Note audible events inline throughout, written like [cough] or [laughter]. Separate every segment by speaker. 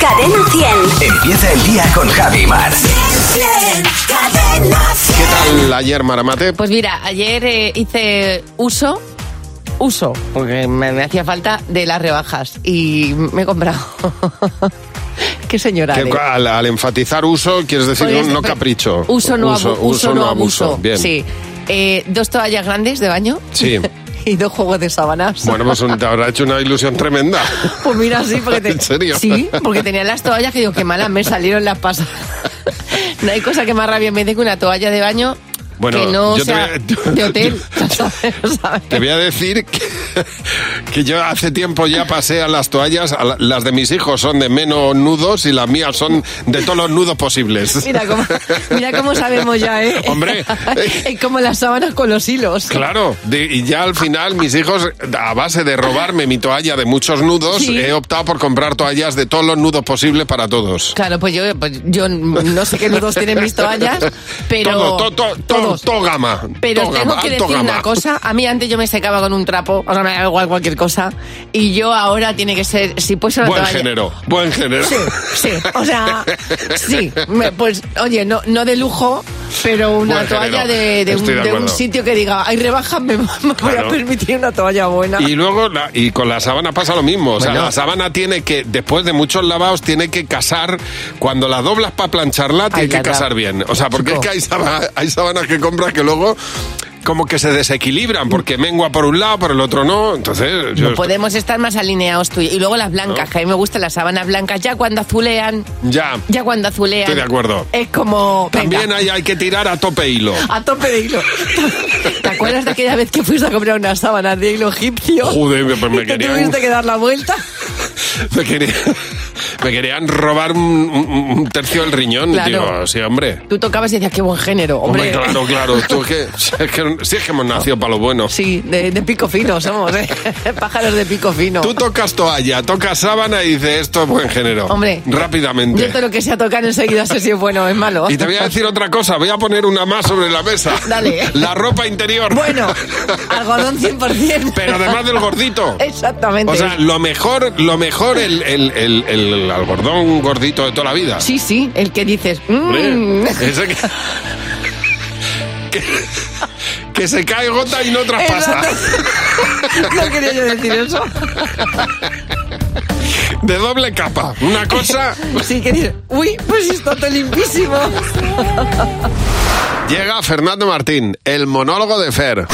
Speaker 1: Cadena 100.
Speaker 2: Empieza el día con Javi Mar.
Speaker 1: Cadena 100.
Speaker 3: ¿Qué tal ayer, Maramate?
Speaker 4: Pues mira, ayer eh, hice uso, uso, porque me, me hacía falta de las rebajas y me he comprado. [laughs] Qué señora.
Speaker 3: Que
Speaker 4: eres.
Speaker 3: al, al enfatizar uso, quieres decir
Speaker 4: Podrías
Speaker 3: no, no
Speaker 4: decir,
Speaker 3: capricho.
Speaker 4: Pues Uso no, abu- uso, no abuso.
Speaker 3: Bien.
Speaker 4: Sí. Eh, dos toallas grandes de baño [laughs]
Speaker 3: Sí.
Speaker 4: y dos juegos de sábanas.
Speaker 3: Bueno, pues un- te habrá hecho una ilusión tremenda.
Speaker 4: [laughs] Pues mira, sí,
Speaker 3: [laughs]
Speaker 4: porque te-
Speaker 3: ¿En serio?
Speaker 4: Sí, porque tenía las toallas que digo, qué malas me salieron las pasadas. [laughs] No hay cosa que más rabia me dé que una toalla de baño
Speaker 3: Bueno,
Speaker 4: que no
Speaker 3: yo te
Speaker 4: sea
Speaker 3: voy a- [laughs]
Speaker 4: de hotel. ¿sabes?
Speaker 3: Te voy a decir que, [laughs] que yo hace tiempo ya pasé a las toallas, a la- las de mis hijos son de menos nudos y las mías son de todos los nudos posibles. [laughs]
Speaker 4: Mira cómo, mira cómo sabemos ya, ¿eh?
Speaker 3: Hombre.
Speaker 4: [laughs] es como las sábanas con los hilos.
Speaker 3: Claro, de- y ya al final mis hijos, a base de robarme mi toalla de muchos nudos,
Speaker 4: Sí.
Speaker 3: he optado por comprar toallas de todos los nudos posibles para todos.
Speaker 4: Claro, pues yo, pues yo no sé qué nudos tienen mis
Speaker 3: [laughs]
Speaker 4: toallas, pero...
Speaker 3: todo, todo, todo, todo,
Speaker 4: todos.
Speaker 3: todo gama.
Speaker 4: Pero
Speaker 3: todo
Speaker 4: tengo
Speaker 3: gama,
Speaker 4: que
Speaker 3: alto
Speaker 4: decir
Speaker 3: gama.
Speaker 4: una cosa. A mí antes yo me secaba con un trapo, ahora me da igual cualquier cosa. Y yo ahora tiene que ser, si puedes una
Speaker 3: Buen
Speaker 4: toalla-
Speaker 3: género, buen género.
Speaker 4: Sí, sí. O
Speaker 3: [laughs]
Speaker 4: sea, sí. me- pues, oye, no, no de lujo, pero una
Speaker 3: Buen
Speaker 4: toalla
Speaker 3: género.
Speaker 4: de, de un,
Speaker 3: Estoy de
Speaker 4: de un
Speaker 3: acuerdo.
Speaker 4: sitio que diga, ay, rebajas, me, me voy a
Speaker 3: Claro.
Speaker 4: permitir una toalla buena.
Speaker 3: Y luego, la- y con la sábana pasa lo mismo. O sea, la sábana tiene que, después de muchos lavados, tiene que casar. Cuando la doblas para plancharla, tiene
Speaker 4: Ay,
Speaker 3: que
Speaker 4: la tra-
Speaker 3: casar bien. O sea, porque
Speaker 4: Chico.
Speaker 3: es que hay, sábana- hay sábanas que compras que luego como que se desequilibran, porque mengua por un lado, por el otro no. Entonces, yo
Speaker 4: No podemos estar más alineados tú y yo. Y luego las blancas, que a mí me gustan las sábanas blancas. Ya cuando azulean,
Speaker 3: ya.
Speaker 4: ya cuando azulean.
Speaker 3: Estoy de acuerdo.
Speaker 4: Es como. Eh, venga,
Speaker 3: También hay, hay que tirar a tope hilo.
Speaker 4: A tope de hilo. [laughs] ¿Te acuerdas de aquella vez que fuiste a comprar unas sábanas de hilo egipcio?
Speaker 3: Joder, me-
Speaker 4: [laughs]
Speaker 3: me
Speaker 4: Y te
Speaker 3: querían-
Speaker 4: tuviste que dar la vuelta.
Speaker 3: Me, quería- [laughs] me querían robar un, un- un tercio del riñón.
Speaker 4: Claro.
Speaker 3: Digo, sí, hombre.
Speaker 4: Tú tocabas y decías, qué buen género,
Speaker 3: Hombre,
Speaker 4: hombre. [laughs] eh.
Speaker 3: claro, claro. Tú es que, [laughs] si es que, si es que hemos nacido para lo bueno.
Speaker 4: Sí, de, de pico fino somos, ¿eh? [laughs] Pájaros de pico fino.
Speaker 3: Tú tocas toalla, tocas sábana y dices, esto es buen género.
Speaker 4: Hombre.
Speaker 3: Rápidamente.
Speaker 4: Yo todo lo que sea tocar enseguida sé si es bueno o es malo.
Speaker 3: Y te
Speaker 4: [laughs]
Speaker 3: voy a decir otra cosa, voy a poner una más sobre la mesa.
Speaker 4: Dale.
Speaker 3: La ropa interior.
Speaker 4: Bueno, algodón 100%.
Speaker 3: [laughs] Pero además del gordito.
Speaker 4: Exactamente.
Speaker 3: [laughs] O sea, lo mejor, lo mejor el, el, el, el algodón gordito de toda la vida.
Speaker 4: sí, sí, el que dices... mm,
Speaker 3: Hombre, ese que, que, que se cae gota y no traspasa. [laughs]
Speaker 4: Exacto. No quería yo decir eso.
Speaker 3: De doble capa. Una cosa
Speaker 4: Sí, que dices, uy, pues está todo limpísimo.
Speaker 3: Llega Fernando Martín, el monólogo de Fer.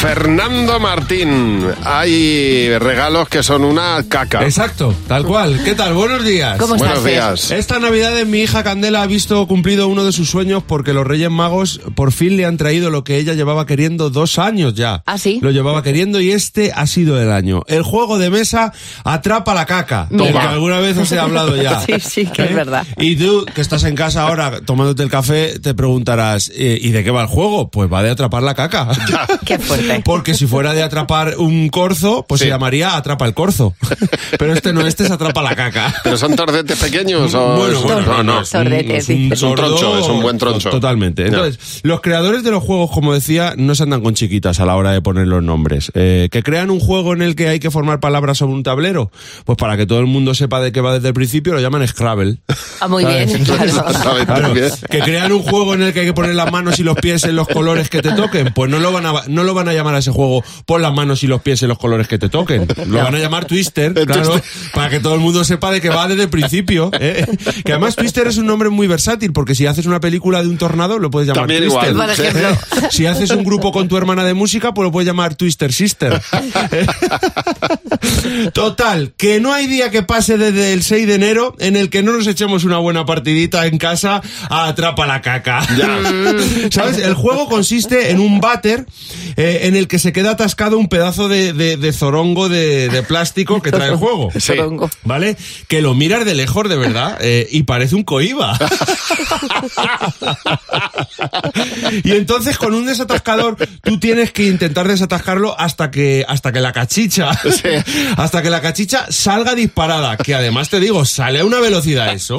Speaker 3: Fernando Martín, hay regalos que son una caca.
Speaker 5: Exacto, tal cual. ¿Qué tal? Buenos días. Eh,
Speaker 4: ¿Cómo
Speaker 3: Buenos
Speaker 4: estás? Fer?
Speaker 3: días.
Speaker 5: Esta Navidad mi hija Candela ha visto cumplido uno de sus sueños porque los Reyes Magos por fin le han traído lo que ella llevaba queriendo dos años ya.
Speaker 4: ¿Ah, sí?
Speaker 5: Lo llevaba queriendo y este ha sido el año. El juego de mesa atrapa la caca.
Speaker 4: Mira.
Speaker 5: del que alguna vez os he hablado ya.
Speaker 4: [laughs]
Speaker 5: ¿Eh?
Speaker 4: Sí, sí, que es verdad.
Speaker 5: Y tú, que estás en casa ahora tomándote el café, te preguntarás, "Eh, ¿y de qué va el juego? Pues va de atrapar la caca. [laughs]
Speaker 4: Qué fuerte.
Speaker 5: Porque si fuera de atrapar un corzo, pues
Speaker 3: Sí.
Speaker 5: se llamaría atrapa
Speaker 3: [laughs]
Speaker 5: el corzo. Pero este no, este es atrapa la caca.
Speaker 3: ¿Pero son tordetes pequeños o
Speaker 5: Bueno,
Speaker 3: es un-
Speaker 5: bueno,
Speaker 3: no, no.
Speaker 5: es
Speaker 4: Sordetes,
Speaker 5: un-
Speaker 4: dice.
Speaker 3: Es un
Speaker 5: sordo-
Speaker 3: troncho, es un buen troncho.
Speaker 5: Totalmente. Entonces, los creadores de los juegos, como decía, no se andan con chiquitas a la hora de poner los nombres. Eh, que crean un juego en el que hay que formar palabras sobre un tablero, pues para que todo el mundo sepa de qué va desde el principio, lo llaman Scrabble.
Speaker 4: Ah, muy
Speaker 5: [laughs] ¿Sabes?
Speaker 4: bien, claro.
Speaker 3: Exactamente,
Speaker 5: Claro,
Speaker 3: bien.
Speaker 5: que crean un juego en el que hay que poner las manos y los pies en los colores que te toquen. Pues no lo van a, no lo van a llamar a ese juego pon las manos y los pies en los colores que te toquen. Lo van a llamar Twister, claro, para que todo el mundo sepa de que va desde el principio. ¿eh? Que además Twister es un nombre muy versátil, porque si haces una película de un tornado, lo puedes llamar
Speaker 3: También
Speaker 5: Twister.
Speaker 3: igual.
Speaker 4: Por ejemplo.
Speaker 5: [laughs] Si haces un grupo con tu hermana de música, pues lo puedes llamar
Speaker 3: [laughs]
Speaker 5: Twister Sister. Total, que no hay día que pase desde el 6 de enero en el que no nos echemos una buena partidita en casa a Ah, atrapa la caca.
Speaker 2: [laughs]
Speaker 5: ¿Sabes? El juego consiste en un váter eh, en el que se queda atascado un pedazo de, de- de zorongo de, de plástico que trae el juego.
Speaker 3: Sí.
Speaker 4: Zorongo.
Speaker 5: ¿Vale? Que lo miras de lejos de verdad eh, y parece un coiba. y entonces con un desatascador tú tienes que intentar desatascarlo hasta que hasta que la cachicha hasta que la cachicha salga disparada, que además te digo, sale a una velocidad eso.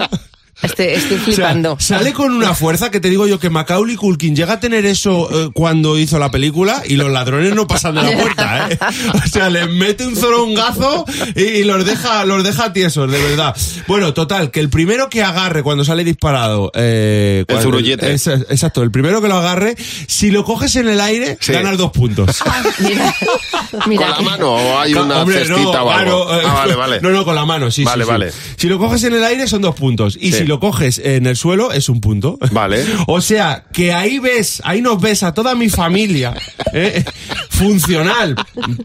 Speaker 4: Este- estoy
Speaker 5: [laughs] O sea,
Speaker 4: flipando.
Speaker 5: sale con una fuerza que te digo yo que Macaulay Culkin llega a tener eso eh, cuando hizo la película y los ladrones no pasan de la puerta, ¿eh? O sea, les mete un zorongazo y, y los deja los deja tiesos, de verdad. Bueno, total, que el primero que agarre cuando sale disparado... Eh,
Speaker 3: El
Speaker 5: cuando-
Speaker 3: zurullete.
Speaker 5: Esa- exacto, el primero que lo agarre, si lo coges en el aire,
Speaker 3: Sí.
Speaker 5: ganas
Speaker 3: [laughs]
Speaker 5: dos puntos.
Speaker 4: Mira, [laughs] mira.
Speaker 3: ¿Con la mano o hay una
Speaker 5: Hombre,
Speaker 3: cestita
Speaker 5: no,
Speaker 3: o algo?
Speaker 5: claro, eh,
Speaker 3: ah, vale, vale.
Speaker 5: [laughs] No, no, con la mano, sí, sí,
Speaker 3: Vale,
Speaker 5: sí.
Speaker 3: vale.
Speaker 5: Si lo coges en el aire son dos puntos. Y
Speaker 3: Sí.
Speaker 5: si lo coges en el suelo es un punto.
Speaker 3: Vale.
Speaker 5: [laughs] O sea, que ahí ves, ahí nos ves a toda mi familia. ¿eh? Funcional,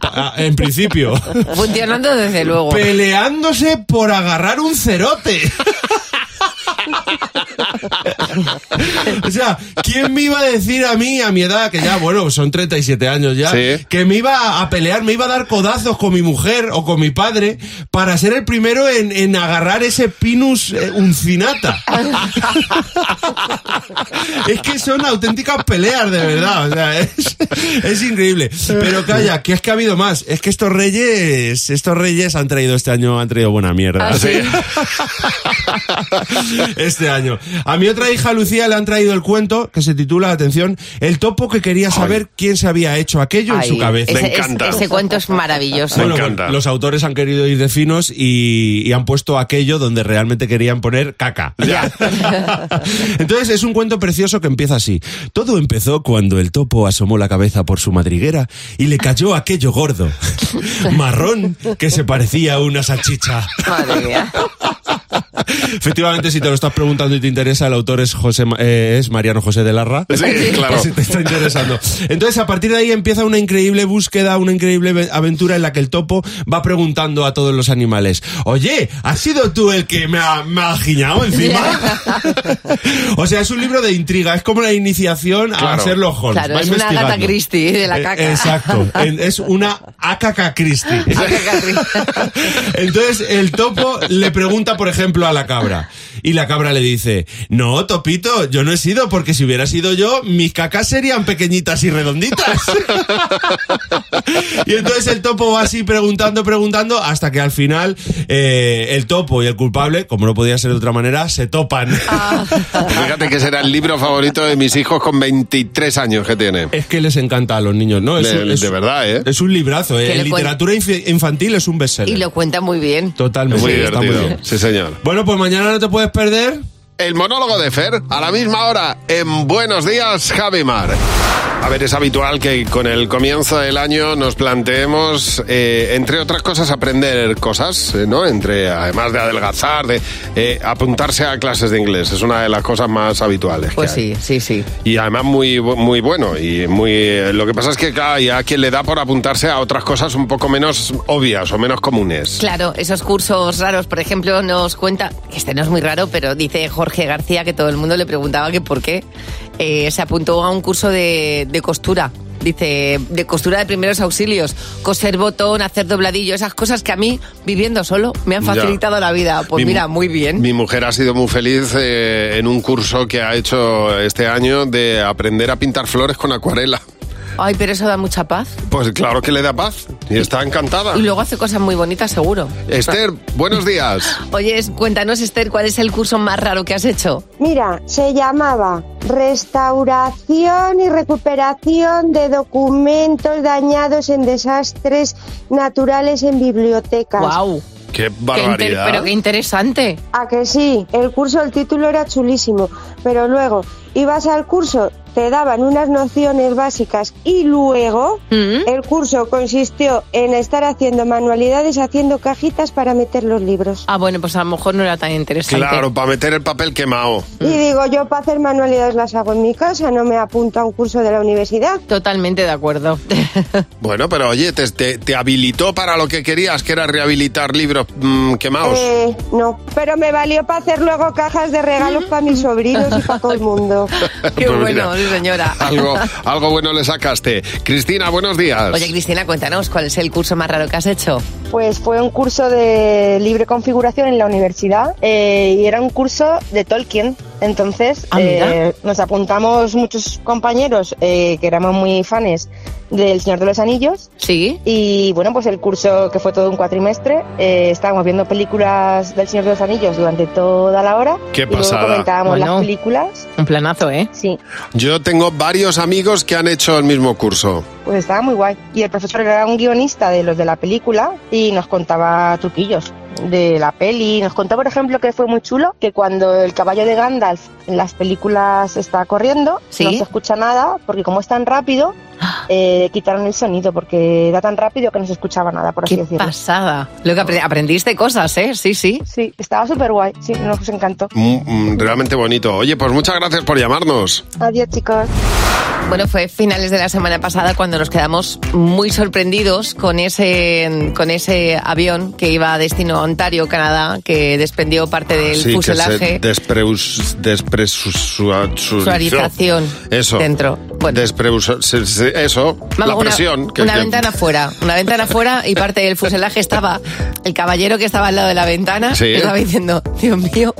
Speaker 5: pa- en principio.
Speaker 4: Funcionando desde luego.
Speaker 5: Peleándose por agarrar un cerote. o sea, ¿quién me iba a decir a mí, a mi edad, que ya, bueno, son 37 años ya,
Speaker 3: Sí.
Speaker 5: que me iba a pelear, me iba a dar codazos con mi mujer o con mi padre para ser el primero en, en agarrar ese pinus eh, uncinata? es que son auténticas peleas, de verdad. O sea, es, es increíble. Pero calla, que es que ha habido más. Es que estos reyes, estos reyes han traído este año, han traído buena mierda.
Speaker 4: Ah, sí.
Speaker 5: Este año. A mi otra hija Lucía le han traído el cuento que se titula, atención, El topo que quería saber quién se había hecho aquello
Speaker 4: Ay,
Speaker 5: en su cabeza.
Speaker 4: ese-
Speaker 3: Me encanta.
Speaker 4: Ese, ese cuento es maravilloso.
Speaker 3: Me
Speaker 5: Bueno,
Speaker 3: encanta.
Speaker 5: pues los autores han querido ir de finos y, y han puesto aquello donde realmente querían poner caca. Entonces es un cuento precioso que empieza así. Todo empezó cuando el topo asomó la cabeza por su madriguera y le cayó aquello gordo, marrón, que se parecía a una salchicha.
Speaker 4: Madre mía.
Speaker 5: Efectivamente, si te lo estás preguntando y te interesa, el autor es, José, Ma- eh, es Mariano José de Larra.
Speaker 3: Sí, claro.
Speaker 5: Por si te está interesando. Entonces, a partir de ahí empieza una increíble búsqueda, una increíble ve- aventura en la que el topo va preguntando a todos los animales: Oye, ¿has sido tú el que me ha, me ha
Speaker 2: Ah,
Speaker 5: giñado encima?
Speaker 2: [laughs]
Speaker 6: [laughs]
Speaker 5: o sea, es un libro de intriga, es como la iniciación a
Speaker 3: Claro.
Speaker 5: ser los Holmes.
Speaker 4: Claro,
Speaker 5: va
Speaker 4: es una
Speaker 5: investigando.
Speaker 4: Agatha Christie de la
Speaker 5: Eh,
Speaker 4: caca. [laughs]
Speaker 5: Exacto, En- es una AKK Christie.
Speaker 4: Agatha Christie.
Speaker 5: [laughs] Entonces el topo le pregunta, por ejemplo, a la cabra. Y la cabra le dice, no, topito, yo no he sido, porque si hubiera sido yo, mis cacas serían pequeñitas y redonditas. [laughs] y entonces el topo va así preguntando, preguntando, hasta que al final eh, el topo y el culpable, como no podía ser de otra manera, se topan.
Speaker 3: Fíjate que será el libro favorito de mis hijos con 23 años que tiene.
Speaker 5: Es que les encanta a los niños, ¿no? Es
Speaker 3: De-
Speaker 5: un- es-
Speaker 3: de verdad, ¿eh?
Speaker 5: Es un librazo, ¿eh?
Speaker 4: Que le
Speaker 5: En literatura infi- infantil es un bestseller.
Speaker 4: Y lo cuenta muy bien.
Speaker 5: Totalmente.
Speaker 3: Es muy
Speaker 5: está muy
Speaker 3: divertido.
Speaker 5: bien.
Speaker 3: Sí, señor.
Speaker 5: Bueno, pues mañana no te puedes perder.
Speaker 3: El monólogo de Fer, a la misma hora, en Buenos Días, Javi Mar. A ver, es habitual que con el comienzo del año nos planteemos, eh, entre otras cosas, aprender cosas, eh, ¿no? Entre, además de adelgazar, de eh, apuntarse a clases de inglés. Es una de las cosas más habituales.
Speaker 4: Pues
Speaker 3: que hay.
Speaker 4: sí, sí, sí.
Speaker 3: Y además muy, bu- muy bueno. Y muy, eh, lo que pasa es que, claro, hay a quien le da por apuntarse a otras cosas un poco menos obvias o menos comunes.
Speaker 4: Claro, esos cursos raros, por ejemplo, nos cuenta, que este no es muy raro, pero dice Jorge García que todo el mundo le preguntaba que por qué eh, se apuntó a un curso de, de costura. Dice, de costura de primeros auxilios, coser botón, hacer dobladillo, esas cosas que a mí, viviendo solo, me han
Speaker 3: Ya.
Speaker 4: facilitado la vida. Pues
Speaker 3: Mi
Speaker 4: mira,
Speaker 3: mu-
Speaker 4: muy bien.
Speaker 3: Mi mujer ha sido muy feliz eh, en un curso que ha hecho este año de aprender a pintar flores con acuarela. [laughs]
Speaker 4: Ay, pero eso da mucha paz.
Speaker 3: Pues claro que le da paz y está encantada.
Speaker 4: Y luego hace cosas muy bonitas, seguro.
Speaker 3: Esther, buenos días.
Speaker 4: Oye, cuéntanos, Esther, ¿cuál es el curso más raro que has hecho?
Speaker 1: Mira, se llamaba Restauración y Recuperación de Documentos Dañados en Desastres Naturales en Bibliotecas.
Speaker 4: ¡Guau!
Speaker 3: Qué
Speaker 4: Qué inter-
Speaker 3: barbaridad.
Speaker 4: pero qué interesante.
Speaker 1: A que sí, el curso, el título era chulísimo, pero luego ibas al curso, te daban unas nociones básicas y luego
Speaker 4: Mm.
Speaker 1: el curso consistió en estar haciendo manualidades, haciendo cajitas para meter los libros.
Speaker 4: Ah, bueno, pues a lo mejor no era tan interesante.
Speaker 3: Claro, para meter el papel quemado.
Speaker 4: Mm.
Speaker 1: Y digo, yo para hacer manualidades las hago en mi casa, no me apunto a un curso de la universidad.
Speaker 4: Totalmente de
Speaker 1: [laughs]
Speaker 4: acuerdo.
Speaker 3: Bueno, pero oye, te, te- te habilitó para lo que querías, que era rehabilitar libros mm, quemados.
Speaker 1: Eh, no, pero me valió para hacer luego cajas de regalos para mis sobrinos y para todo el
Speaker 4: [laughs]
Speaker 1: mundo.
Speaker 4: Qué
Speaker 3: [laughs] Pues mira,
Speaker 4: bueno, sí, señora.
Speaker 3: [laughs] Algo, algo bueno le sacaste. Cristina, buenos días.
Speaker 4: Oye, Cristina, cuéntanos, ¿cuál es el curso más raro que has hecho?
Speaker 7: Pues fue un curso de libre configuración en la universidad eh, y era un curso de Tolkien.
Speaker 8: Entonces
Speaker 4: Ah, mira.
Speaker 8: eh, nos apuntamos muchos compañeros eh, que éramos muy fanes del Señor de los Anillos
Speaker 4: Sí.
Speaker 8: y bueno, pues el curso que fue todo un cuatrimestre, eh, estábamos viendo películas del Señor de los Anillos durante toda la hora.
Speaker 3: Qué
Speaker 8: y luego
Speaker 3: pasada.
Speaker 8: comentábamos
Speaker 4: Bueno.
Speaker 8: las películas.
Speaker 4: Un planazo, ¿eh?
Speaker 8: Sí,
Speaker 3: Yo tengo varios amigos que han hecho el mismo curso.
Speaker 8: pues estaba muy guay. Y el profesor era un guionista de los de la película y nos contaba truquillos de la peli. Nos contó, por ejemplo, que fue muy chulo, que cuando el caballo de Gandalf en las películas está corriendo,
Speaker 4: Sí.
Speaker 8: no se escucha nada, porque como es tan
Speaker 4: [gasps]
Speaker 8: rápido, eh, quitaron el sonido, porque era tan rápido que no se escuchaba nada, por así
Speaker 4: Qué
Speaker 8: decirlo.
Speaker 4: pasada. Lo que apre- aprendiste cosas, ¿eh? Sí, sí.
Speaker 8: Sí, estaba súper guay, sí, nos encantó.
Speaker 3: Mm, mm, realmente bonito. Oye, pues muchas gracias por llamarnos.
Speaker 8: Adiós, chicos.
Speaker 4: Bueno, fue finales de la semana pasada cuando nos quedamos muy sorprendidos con ese, con ese avión que iba a destino a Ontario, Canadá, que desprendió parte del
Speaker 3: Ah, sí, que se
Speaker 4: fuselaje.
Speaker 3: despreus, despresurización.
Speaker 4: Suarización
Speaker 3: Eso.
Speaker 4: dentro. Bueno.
Speaker 3: Despreus- se- se- eso.
Speaker 4: Vamos,
Speaker 3: la presión.
Speaker 4: Una,
Speaker 3: que-
Speaker 4: una
Speaker 3: que-
Speaker 4: ventana fuera, una ventana fuera y parte del fuselaje estaba el caballero que estaba al lado de la ventana
Speaker 3: Sí.
Speaker 4: estaba diciendo, Dios mío,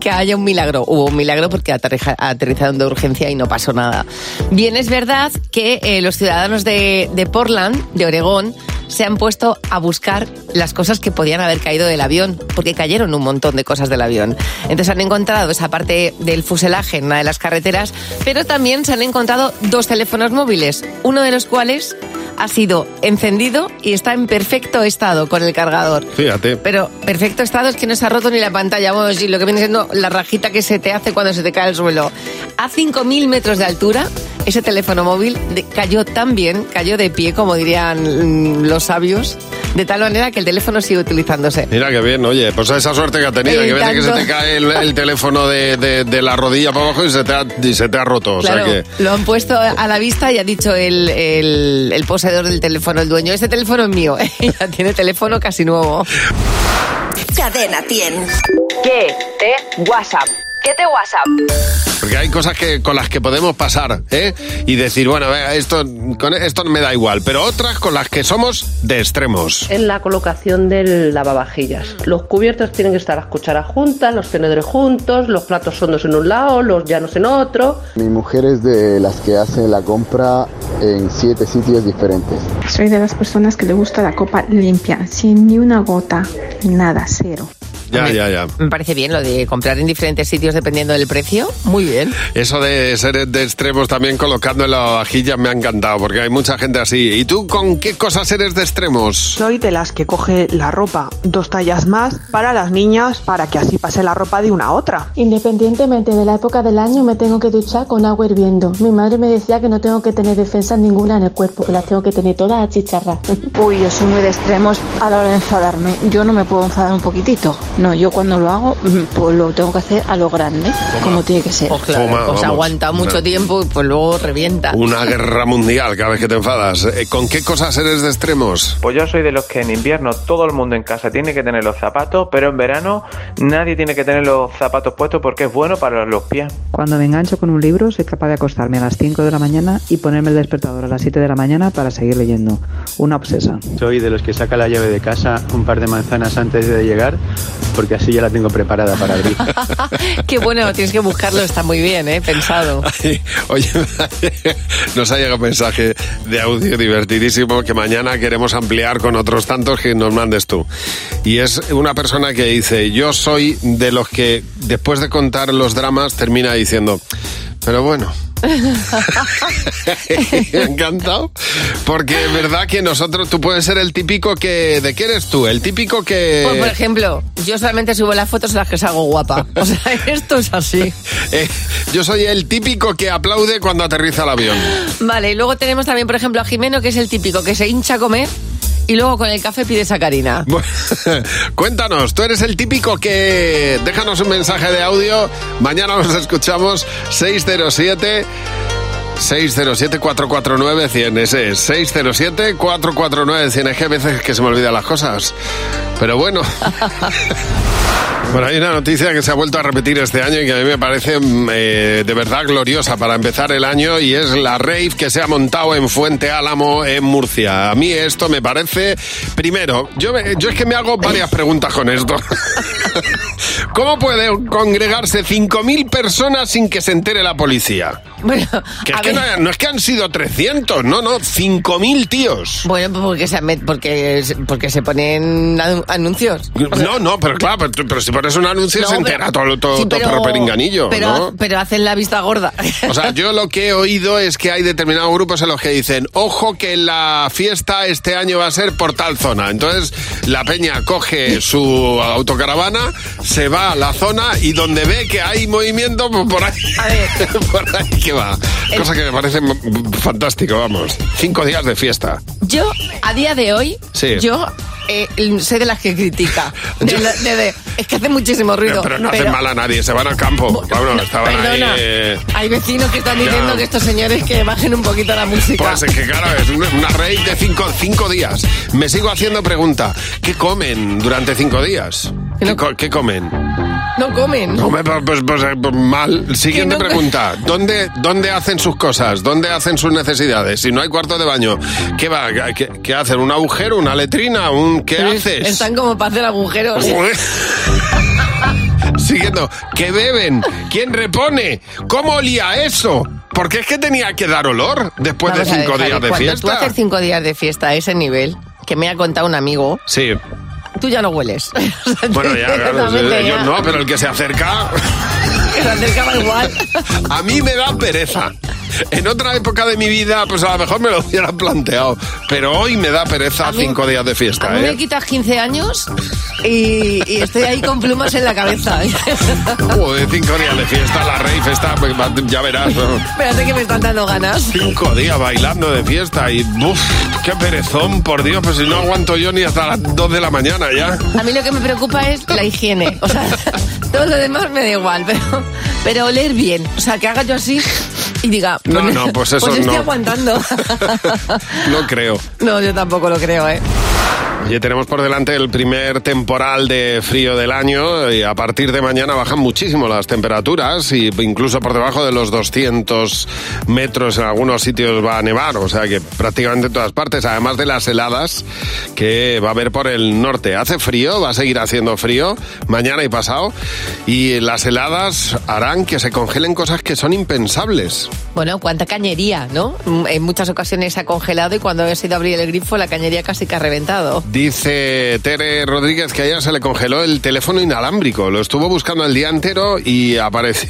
Speaker 4: que haya un milagro. Hubo un milagro porque aterriza- aterrizaron de urgencia y no pasó nada. Bien, es verdad que eh, los ciudadanos de, de Portland, de Oregón, se han puesto a buscar las cosas que podían haber caído del avión, porque cayeron un montón de cosas del avión. Entonces han encontrado esa parte del fuselaje en una de las carreteras, pero también se han encontrado dos teléfonos móviles, uno de los cuales ha sido encendido y está en perfecto estado con el cargador.
Speaker 3: Fíjate.
Speaker 4: Pero perfecto estado es que no se ha roto ni la pantalla, vamos, y lo que viene siendo la rajita que se te hace cuando se te cae al suelo. A 5.000 metros de altura, ese teléfono móvil de- cayó tan bien, cayó de pie, como dirían mm, los sabios, de tal manera que el teléfono sigue utilizándose.
Speaker 3: Mira qué bien, oye, pues esa suerte que ha tenido,
Speaker 4: El
Speaker 3: que veces que se
Speaker 4: tanto.
Speaker 3: te cae el, el teléfono de, de- de la rodilla para abajo y se te ha, y se te ha roto.
Speaker 4: Claro,
Speaker 3: O sea que.
Speaker 4: lo han puesto a la vista y ha dicho el, el- el poseedor del teléfono, el dueño, este teléfono es mío. [laughs] ya tiene teléfono casi nuevo.
Speaker 9: Cadena 100.
Speaker 10: ¿Qué te WhatsApp? ¿Qué te WhatsApp?
Speaker 3: Porque hay cosas que con las que podemos pasar, ¿eh? Y decir, bueno, venga, esto, con esto me da igual, pero otras con las que somos de extremos.
Speaker 11: en la colocación del lavavajillas. Los cubiertos tienen que estar las cucharas juntas, los tenedores juntos, los platos hondos en un lado, los llanos en otro.
Speaker 12: Mi mujer es de las que hace la compra en siete sitios diferentes.
Speaker 13: Soy de las personas que le gusta la copa limpia, sin ni una gota, nada, cero.
Speaker 3: Ya,
Speaker 4: Me-
Speaker 3: ya, ya.
Speaker 4: Me parece bien lo de comprar en diferentes sitios dependiendo del precio. Muy bien.
Speaker 3: Eso de ser de extremos también colocando en la vajilla me ha encantado, porque hay mucha gente así. ¿Y tú con qué cosas eres de extremos?
Speaker 14: Soy de las que coge la ropa dos tallas más para las niñas para que así pase la ropa de una a otra.
Speaker 13: Independientemente de la época del año, me tengo que duchar con agua hirviendo. Mi madre me decía que no tengo que tener defensa ninguna en el cuerpo, que las tengo que tener todas [laughs] achicharras.
Speaker 9: Uy, yo soy muy de extremos a la hora de enfadarme. Yo no me puedo enfadar un poquitito. No, yo cuando lo hago, pues lo tengo que hacer a lo grande, como tiene que ser. Pues
Speaker 4: O claro,
Speaker 3: Toma,
Speaker 4: os
Speaker 3: Pues vamos.
Speaker 4: aguanta mucho
Speaker 3: Una-
Speaker 4: tiempo y pues luego revienta.
Speaker 9: [laughs]
Speaker 3: Una guerra mundial cada vez que te enfadas. Eh, ¿Con qué cosas eres de extremos?
Speaker 6: Pues yo soy de los que en invierno todo el mundo en casa tiene que tener los zapatos, pero en verano nadie tiene que tener los zapatos puestos porque es bueno para los pies.
Speaker 11: Cuando me engancho con un libro, soy capaz de acostarme a las 5 de la mañana y ponerme el despertador a las 7 de la mañana para seguir leyendo. Una obsesa.
Speaker 12: Soy de los que saca la llave de casa un par de manzanas antes de llegar porque así ya la tengo preparada para
Speaker 3: [laughs]
Speaker 12: abrir.
Speaker 4: Qué bueno, tienes que buscarlo, está muy bien, ¿eh?
Speaker 3: [laughs]
Speaker 4: pensado.
Speaker 3: Oye, nos ha llegado un mensaje de audio divertidísimo que mañana queremos ampliar con otros tantos que nos mandes tú. Y es una persona que dice, yo soy de los que después de contar los dramas termina diciendo, pero bueno. Me ha [laughs] encantado. Porque es verdad que nosotros, tú puedes ser el típico que... ¿De qué eres tú? El típico que...
Speaker 4: Pues, por ejemplo, yo solamente subo las fotos en las que salgo guapa. O
Speaker 9: [laughs]
Speaker 4: sea, esto es así.
Speaker 3: Eh, yo soy el típico que aplaude cuando aterriza el
Speaker 4: [gasps]
Speaker 3: avión.
Speaker 4: Vale, y luego tenemos también, por ejemplo, a Jimeno, que es el típico que se hincha a comer y luego con el café pide sacarina. [laughs]
Speaker 3: Bueno, cuéntanos, tú eres el típico que... Déjanos un mensaje de audio. Mañana nos escuchamos 607. 607-449-100, ese es 607-449-100, es que a veces que se me olvidan las cosas.
Speaker 4: [laughs]
Speaker 3: Pero bueno. Bueno, hay una noticia que se ha vuelto a repetir este año y que a mí me parece mm, eh, de verdad gloriosa para empezar el año y es la rave que se ha montado en Fuente Álamo, en Murcia. A mí esto me parece... Primero, yo, me- yo es que me hago varias preguntas con esto. [laughs] ¿Cómo puede congregarse 5.000 personas sin que se entere la policía?
Speaker 4: Bueno,
Speaker 3: Que es
Speaker 4: a
Speaker 3: que
Speaker 4: ver.
Speaker 3: no, no es que han sido 300, no, no, 5.000 tíos.
Speaker 4: Bueno, pues porque se, met- porque, porque se ponen anu- anuncios.
Speaker 3: No, no, pero claro, pero, tú- pero si pones un anuncio
Speaker 4: No,
Speaker 3: se
Speaker 4: pero-
Speaker 3: entera todo, todo,
Speaker 4: Sí,
Speaker 3: todo
Speaker 4: pero-
Speaker 3: perro peringanillo,
Speaker 4: pero,
Speaker 3: ¿no?
Speaker 4: pero hacen la vista gorda. [laughs]
Speaker 3: O sea, yo lo que he oído es que hay determinados grupos en los que dicen, ojo que la fiesta este año va a ser por tal zona. Entonces la peña coge su autocaravana, se va a la zona y donde ve que hay movimiento, pues por ahí, [laughs] por ahí que va. Cosa que me parece m- fantástico, vamos. Cinco días de fiesta.
Speaker 4: Yo, a día de hoy,
Speaker 3: Sí.
Speaker 4: yo eh, soy de las que
Speaker 3: [laughs]
Speaker 4: critica. De la- de- de- es que hace muchísimo ruido.
Speaker 3: pero no hacen mal a nadie, se van al campo. Bueno, estaban
Speaker 4: perdona.
Speaker 3: ahí... eh,
Speaker 4: Hay vecinos que están
Speaker 3: Ya.
Speaker 4: diciendo que estos señores que bajen un poquito la música.
Speaker 3: Pues es que claro, es una una raíz de cinco, cinco días. Me sigo haciendo pregunta. ¿Qué comen durante cinco días? ¿Qué, co- qué comen?
Speaker 4: No comen.
Speaker 3: Hombre, pues, pues- pues, eh, pues mal. Siguiente
Speaker 4: Que no-
Speaker 3: pregunta. ¿Dónde, ¿Dónde hacen sus cosas? ¿Dónde hacen sus necesidades? Si no hay cuarto de baño, ¿qué va? ¿Qué, qué hacen? ¿Un agujero? ¿Una letrina? ¿Un qué haces?
Speaker 4: Están como para hacer agujeros.
Speaker 3: Joder. Siguiendo, ¿qué beben? ¿Quién repone? ¿Cómo olía eso? Porque es que tenía que dar olor después
Speaker 4: Vamos a
Speaker 3: de
Speaker 4: ver,
Speaker 3: cinco
Speaker 4: Javi,
Speaker 3: días de
Speaker 4: cuando
Speaker 3: fiesta.
Speaker 4: Tú haces cinco días de fiesta a ese nivel que me ha contado un amigo,
Speaker 3: Sí.
Speaker 4: tú ya no hueles. [laughs]
Speaker 3: Bueno, ya, claro,
Speaker 4: Directamente
Speaker 3: yo
Speaker 4: ya.
Speaker 3: no, pero el que se acerca,
Speaker 4: Que se acercaba igual.
Speaker 3: [laughs] a mí me da pereza. En otra época de mi vida, pues a lo mejor me lo hubiera planteado, pero hoy me da pereza cinco días de
Speaker 4: A
Speaker 3: fiesta,
Speaker 4: mí me
Speaker 3: ¿eh?
Speaker 4: quitas 15 años y, y estoy ahí con plumas en la cabeza. [laughs]
Speaker 3: Joder, cinco días de fiesta, la rave está, pues, ya verás, ¿no?
Speaker 4: Espérate que me están dando ganas.
Speaker 3: cinco días bailando de fiesta y, uff, qué perezón, por Dios, pues si no aguanto yo ni hasta las dos de la mañana ya.
Speaker 4: A mí lo que me preocupa es la higiene. O sea, [laughs] todo lo demás me da igual, pero, pero oler bien. O sea, que haga yo así y diga.
Speaker 3: No, no, pues eso
Speaker 4: estoy
Speaker 3: no.
Speaker 4: aguantando. [laughs]
Speaker 3: No creo.
Speaker 4: No, yo tampoco lo creo, ¿eh?
Speaker 3: Oye, tenemos por delante el primer temporal de frío del año y a partir de mañana bajan muchísimo las temperaturas y incluso por debajo de los 200 metros en algunos sitios va a nevar, o sea que prácticamente en todas partes, además de las heladas que va a haber por el norte. Hace frío, va a seguir haciendo frío mañana y pasado y las heladas harán que se congelen cosas que son impensables.
Speaker 4: Bueno, cuánta cañería, ¿no? Mm, En muchas ocasiones se ha congelado y cuando he ido a abrir el grifo la cañería casi que ha reventado.
Speaker 3: Dice Tere Rodríguez que ayer se le congeló el teléfono inalámbrico. Lo estuvo buscando el día entero y apareció.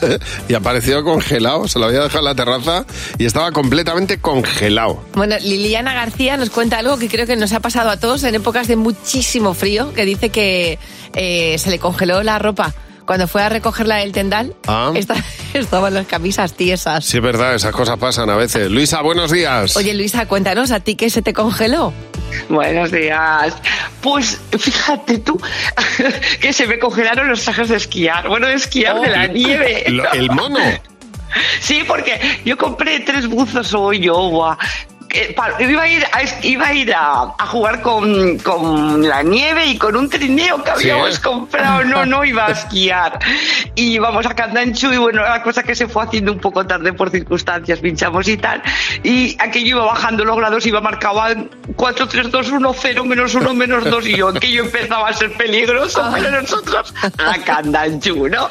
Speaker 3: [laughs] y apareció congelado. Se lo había dejado en la terraza y estaba completamente congelado.
Speaker 4: Bueno, Liliana García nos cuenta algo que creo que nos ha pasado a todos en épocas de muchísimo frío, que dice que eh, se le congeló la ropa. Cuando fue a recogerla del tendal, [laughs]
Speaker 3: Ah.
Speaker 4: esta- estaban las camisas tiesas.
Speaker 3: Sí, es verdad, esas cosas pasan a veces. Luisa, buenos días.
Speaker 4: Oye, Luisa, cuéntanos, ¿a ti qué se te congeló?
Speaker 14: Buenos días. Pues fíjate tú [laughs] que se me congelaron los trajes de esquiar. Bueno, de esquiar de la nieve.
Speaker 3: Oh, Lo- el mono.
Speaker 14: [laughs] Sí, porque yo compré tres buzos hoy, yo, guau. Que pa- Iba a ir, a, es- iba a, ir a, a jugar con, con la nieve y con un trineo que
Speaker 15: Sí.
Speaker 14: habíamos comprado. No, no iba a esquiar. Y íbamos a Candanchu y bueno, la cosa que se fue haciendo un poco tarde por circunstancias, pinchamos y tal. Y aquello iba bajando los grados, iba marcado a 4, 3, 2, 1, 0, menos 1, menos 2. Y yo, aquello empezaba a ser peligroso,
Speaker 3: Ah.
Speaker 14: pero nosotros a Candanchu, ¿no?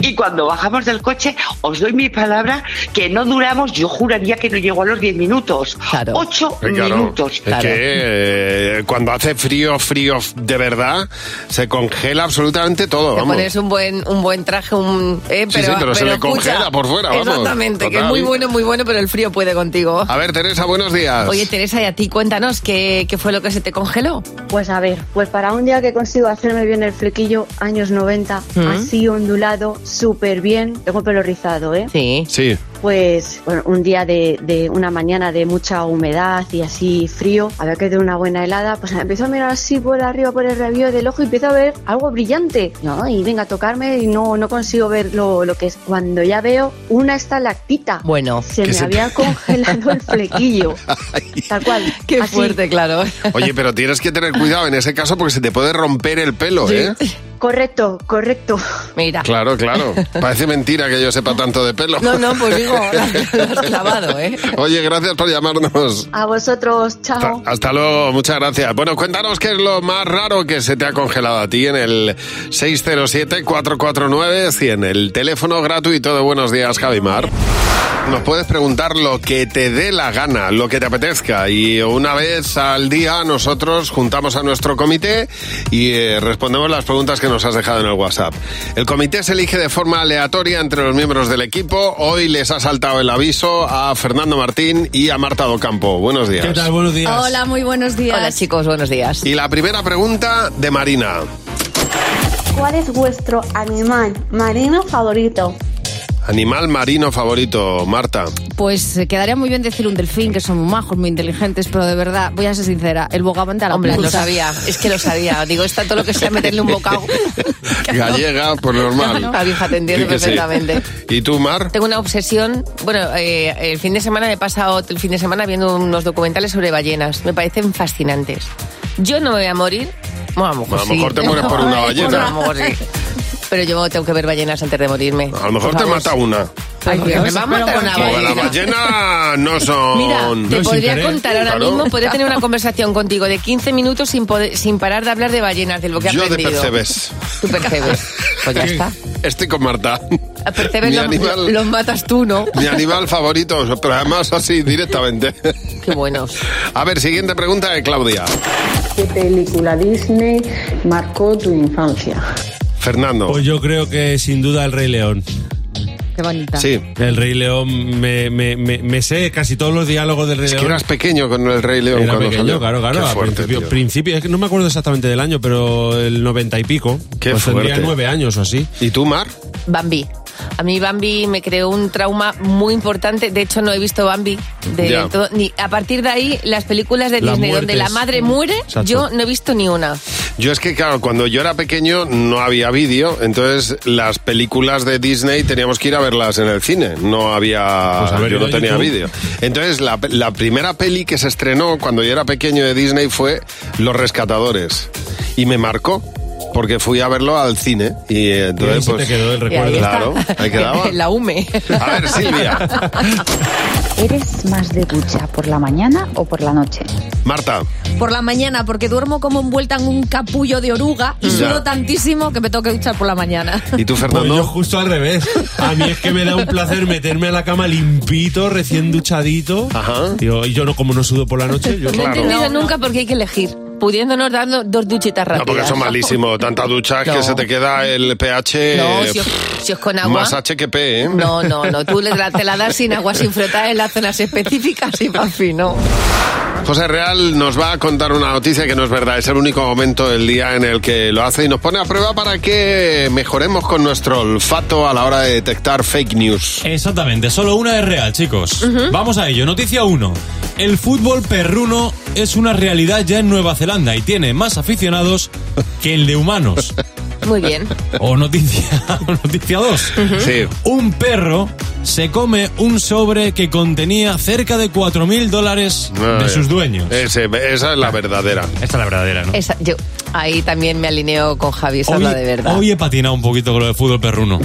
Speaker 14: Y cuando bajamos del coche, os doy mi palabra que no duramos, yo juraría que no llegó a los 10 minutos. 8
Speaker 3: Eh, claro,
Speaker 14: minutos.
Speaker 3: Es que eh, cuando hace frío, frío de verdad, se congela absolutamente todo.
Speaker 4: Te
Speaker 3: Vamos.
Speaker 4: pones un buen, un buen traje, un... eh,
Speaker 3: Sí, sí, pero se le congela por fuera, vamos.
Speaker 4: Exactamente, que es
Speaker 3: Total.
Speaker 4: muy bueno, muy bueno, pero el frío puede contigo.
Speaker 3: A ver, Teresa, buenos días.
Speaker 4: Oye, [laughs] Teresa, y a ti cuéntanos, ¿qué, qué fue lo que se te congeló?
Speaker 8: Pues a ver, pues para un día que consigo hacerme bien el flequillo, años 90,
Speaker 4: Mm.
Speaker 8: así ondulado, súper bien, tengo el pelo rizado, ¿eh?
Speaker 4: Sí.
Speaker 3: Sí.
Speaker 8: Pues bueno, un día de, de una mañana de mucha humedad y así frío, a ver que de una buena helada, pues empiezo a mirar así por arriba por el rabillo del ojo y empiezo a ver algo brillante, ¿no? Y venga a tocarme y no, no consigo ver lo, lo que es. Cuando ya veo una estalactita,
Speaker 4: Bueno.
Speaker 8: se
Speaker 3: Que
Speaker 8: me
Speaker 3: se- [laughs]
Speaker 8: había congelado el flequillo, tal cual.
Speaker 4: Qué
Speaker 8: así.
Speaker 4: fuerte, claro.
Speaker 3: Oye, pero tienes que tener cuidado en ese caso porque se te puede romper el pelo, ¿eh?
Speaker 8: Correcto, correcto.
Speaker 4: Mira. [laughs]
Speaker 3: Claro, claro. Parece mentira que yo sepa tanto de pelo.
Speaker 4: No, no, pues digo,
Speaker 3: [laughs]
Speaker 4: lo has clavado, ¿eh?
Speaker 3: Oye, gracias por llamarnos.
Speaker 8: A vosotros, chao.
Speaker 3: Hasta luego, muchas gracias. Bueno, cuéntanos qué es lo más raro que se te ha congelado a ti en el 607-449-100, el teléfono gratuito de Buenos Días, Javimar. Nos puedes preguntar lo que te dé la gana, lo que te apetezca. Y una vez al día nosotros juntamos a nuestro comité y eh, respondemos las preguntas que nos has dejado en el WhatsApp. El comité se elige de forma aleatoria entre los miembros del equipo. Hoy les ha saltado el aviso a Fernando Martín y a Marta Docampo. Buenos días.
Speaker 5: ¿Qué tal? Buenos días.
Speaker 15: Hola, muy buenos días.
Speaker 4: Hola chicos, buenos días.
Speaker 3: Y la primera pregunta de Marina.
Speaker 16: ¿Cuál es vuestro animal marino favorito?
Speaker 3: Animal marino favorito, Marta.
Speaker 15: Pues eh, quedaría muy bien decir un delfín, que son muy majos, muy inteligentes, pero de verdad, voy a ser sincera, el bogavante a la
Speaker 4: Hombre, lo
Speaker 15: plancha.
Speaker 4: sabía, es que lo sabía. Digo, está todo lo que sea meterle un bocado.
Speaker 3: Gallega, por normal.
Speaker 4: La vieja te entiende
Speaker 3: Sí que sí.
Speaker 4: perfectamente.
Speaker 3: ¿Y tú, Mar?
Speaker 4: Tengo una obsesión. Bueno, eh, el fin de semana me he pasado el fin de semana viendo unos documentales sobre ballenas. Me parecen fascinantes. Yo no me voy a morir. Bueno, a lo mejor,
Speaker 3: A lo mejor
Speaker 4: sí.
Speaker 3: te mueres
Speaker 4: [laughs]
Speaker 3: por una ballena.
Speaker 4: A lo mejor sí. Pero yo tengo que ver ballenas antes de morirme.
Speaker 3: A lo mejor
Speaker 4: Por
Speaker 3: te
Speaker 4: favor.
Speaker 3: mata una.
Speaker 4: Ay, Dios, me va a matar una
Speaker 3: Porque las
Speaker 4: ballena.
Speaker 3: ballenas no son...
Speaker 4: Mira, te podría contar ahora
Speaker 3: Claro.
Speaker 4: mismo, podría
Speaker 3: [laughs]
Speaker 4: tener una conversación contigo de 15 minutos sin, poder- sin parar de hablar de ballenas, de lo que he
Speaker 3: Yo de
Speaker 4: aprendido.
Speaker 3: percebes.
Speaker 4: Tú percebes.
Speaker 3: [laughs]
Speaker 4: Pues ya está.
Speaker 3: Estoy con Marta.
Speaker 4: Percebes
Speaker 3: Mi
Speaker 4: los,
Speaker 3: animal-
Speaker 4: los matas tú, ¿no?
Speaker 3: Mi animal favorito, pero además así directamente.
Speaker 4: Qué buenos.
Speaker 3: A ver, siguiente pregunta de Claudia.
Speaker 17: ¿Qué película Disney marcó tu infancia?
Speaker 3: Fernando.
Speaker 5: Pues yo creo que sin duda el Rey León.
Speaker 15: Qué bonita.
Speaker 5: El Rey León, me, me- me- me sé casi todos los diálogos del Rey
Speaker 3: Es
Speaker 5: León.
Speaker 3: que eras pequeño con el Rey León.
Speaker 5: Era
Speaker 3: cuando
Speaker 5: pequeño,
Speaker 3: salió.
Speaker 5: claro, claro.
Speaker 3: Qué
Speaker 5: a
Speaker 3: fuerte,
Speaker 5: principio,
Speaker 3: tío.
Speaker 5: principio, es que no me acuerdo exactamente del año, pero el noventa y pico.
Speaker 3: Qué
Speaker 5: pues tendría
Speaker 3: fuerte.
Speaker 5: nueve años o así.
Speaker 3: ¿Y tú, Mar?
Speaker 4: Bambi. A mí Bambi me creó un trauma muy importante. De hecho, no he visto Bambi. De
Speaker 5: Ya.
Speaker 4: todo- ni, a partir de ahí, las películas de
Speaker 3: Las
Speaker 4: Disney donde
Speaker 3: muertes.
Speaker 4: la madre muere,
Speaker 3: Exacto.
Speaker 4: yo no he visto ni una.
Speaker 3: Yo es que, claro, cuando yo era pequeño no había vídeo, entonces las películas de Disney teníamos que ir a verlas en el cine. No había.
Speaker 5: Pues a ver,
Speaker 3: yo no
Speaker 5: yo
Speaker 3: tenía
Speaker 5: YouTube.
Speaker 3: vídeo. Entonces, la, la primera peli que se estrenó cuando yo era pequeño de Disney fue Los Rescatadores. Y me marcó. Porque fui a verlo al cine y eh, entonces
Speaker 5: ahí se
Speaker 3: pues,
Speaker 5: te quedó el
Speaker 4: Y ahí está.
Speaker 3: Claro, ahí
Speaker 4: [laughs]
Speaker 3: quedaba.
Speaker 4: la UME.
Speaker 3: A ver, Silvia.
Speaker 18: ¿Eres más de ducha por la mañana o por la noche?
Speaker 3: Marta.
Speaker 15: Por la mañana, porque duermo como envuelta en un capullo de oruga y
Speaker 5: Ya.
Speaker 15: sudo tantísimo que me tengo que duchar por la mañana.
Speaker 3: ¿Y tú, Fernando?
Speaker 5: Pues yo justo al revés. A mí es que me da un placer meterme a la cama limpito, recién duchadito. Digo, y yo no, como no sudo por la noche, yo
Speaker 4: No he entendido nunca por qué hay que elegir, pudiéndonos dar do- dos duchitas
Speaker 3: No,
Speaker 4: rápidas.
Speaker 3: porque son malísimos. Tanta ducha
Speaker 4: No.
Speaker 3: que se te queda el pH.
Speaker 4: No,
Speaker 3: eh,
Speaker 4: si os, si os con agua.
Speaker 3: Más H que P, ¿eh?
Speaker 4: No, no, no. Tú le- te la das sin agua, sin frotar en las zonas específicas y para fino.
Speaker 3: [laughs] José Real nos va a contar una noticia que no es verdad, es el único momento del día en el que lo hace y nos pone a prueba para que mejoremos con nuestro olfato a la hora de detectar fake news.
Speaker 19: Exactamente, solo una es real, chicos. Vamos a ello. Noticia 1. El fútbol perruno es una realidad ya en Nueva Zelanda y tiene más aficionados que el de humanos.
Speaker 4: Muy bien.
Speaker 19: O noticia [laughs] noticia 2.
Speaker 3: Sí.
Speaker 19: Un perro se come un sobre que contenía cerca de 4.000 dólares de sus dueños.
Speaker 3: Ese- esa es la verdadera.
Speaker 19: [laughs]
Speaker 3: Esta
Speaker 19: es la verdadera, ¿no?
Speaker 4: Esa- yo ahí también me alineo con Javi, esa es la de verdad.
Speaker 19: hoy he patinado un poquito con lo de fútbol perruno.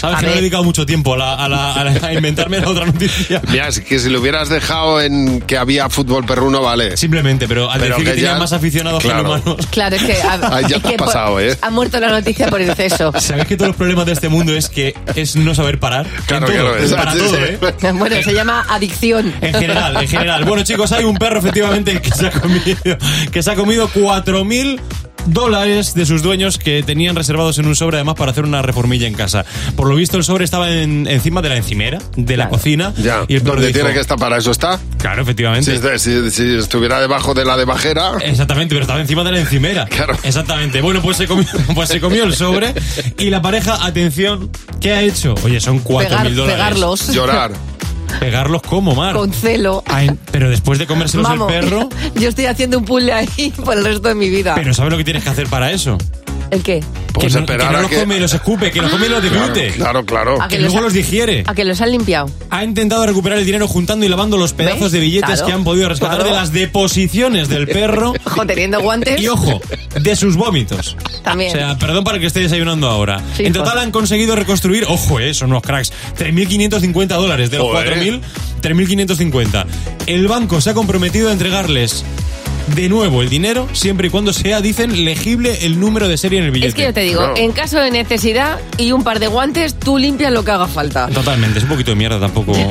Speaker 19: Sabes
Speaker 4: A
Speaker 19: que no he
Speaker 4: ver.
Speaker 19: dedicado mucho tiempo a, la- a la- a la-
Speaker 3: [laughs]
Speaker 19: a inventarme la otra noticia.
Speaker 3: Mira, es que si lo hubieras dejado en que había fútbol perruno, vale.
Speaker 19: Simplemente, pero al decir que tenía más aficionados que
Speaker 3: claro.
Speaker 19: humanos.
Speaker 4: Claro, es que, ha,
Speaker 19: Ahí ya
Speaker 4: es
Speaker 19: te
Speaker 4: que
Speaker 19: has
Speaker 4: por-
Speaker 19: pasado, ¿eh?
Speaker 4: ha muerto la noticia por
Speaker 19: [laughs]
Speaker 4: exceso.
Speaker 19: ¿Sabéis que todos los problemas de este mundo es que es no saber parar?
Speaker 3: Claro,
Speaker 19: En todo,
Speaker 3: claro, exacto,
Speaker 19: Para
Speaker 3: sí,
Speaker 19: todo,
Speaker 3: sí.
Speaker 4: [laughs]
Speaker 19: ¿eh?
Speaker 4: Bueno, se llama adicción.
Speaker 19: En general, en general. Bueno, chicos, hay un perro efectivamente que se ha comido, que se ha comido 4.000 dólares de sus dueños que tenían reservados en un sobre además para hacer una reformilla en casa. Por lo visto el sobre estaba en- encima de la encimera, de la cocina.
Speaker 3: Ya,
Speaker 19: Y el perro
Speaker 3: donde
Speaker 19: dijo,
Speaker 3: tiene que estar para eso está.
Speaker 19: Claro, efectivamente. Eh,
Speaker 3: Si, es- si- si estuviera debajo de la de bajera.
Speaker 19: Exactamente, pero estaba encima de la encimera. Claro. Exactamente. Bueno, pues se comió, [laughs] pues se comió el sobre y la pareja, atención, ¿qué ha hecho? Oye, son 4.000
Speaker 4: Pegar-
Speaker 19: dólares.
Speaker 4: pegarlos. Llorar.
Speaker 19: ¿Pegarlos cómo, Mar?
Speaker 4: Con celo.
Speaker 19: Ah, en- pero después de comérselos el
Speaker 4: Vamos, [laughs]
Speaker 19: perro...
Speaker 4: yo estoy haciendo un puzzle ahí [laughs] por el resto de mi vida.
Speaker 19: Pero ¿sabes lo que tienes que hacer para eso?
Speaker 4: ¿El qué?
Speaker 3: Pues
Speaker 19: que, no,
Speaker 3: esperar
Speaker 19: que no
Speaker 3: a
Speaker 19: los
Speaker 3: que-
Speaker 19: come y los escupe, que los come y los
Speaker 3: Claro,
Speaker 19: deglute.
Speaker 3: claro, claro.
Speaker 19: Que luego los digiere.
Speaker 4: ¿A que los han limpiado?
Speaker 19: Ha intentado recuperar el dinero juntando y lavando los pedazos
Speaker 4: ¿Ves?
Speaker 19: de billetes
Speaker 4: Claro,
Speaker 19: que han podido rescatar
Speaker 4: claro.
Speaker 19: de las deposiciones del perro
Speaker 4: Ojo, teniendo guantes.
Speaker 19: y, ojo, de sus vómitos.
Speaker 4: También.
Speaker 19: O sea, perdón para el que esté desayunando ahora.
Speaker 4: Sí,
Speaker 19: en
Speaker 4: hijo.
Speaker 19: total han conseguido reconstruir, ojo, eh, son unos cracks, 3.550 dólares de los
Speaker 3: Joder.
Speaker 19: 4.000, 3.550. El banco se ha comprometido a entregarles de nuevo el dinero siempre y cuando sea, dicen, legible el número de serie en el billete.
Speaker 4: Es que yo te digo, en caso de necesidad y un par de guantes, tú limpias lo que haga falta.
Speaker 19: Totalmente, es un poquito de mierda tampoco.
Speaker 3: [laughs]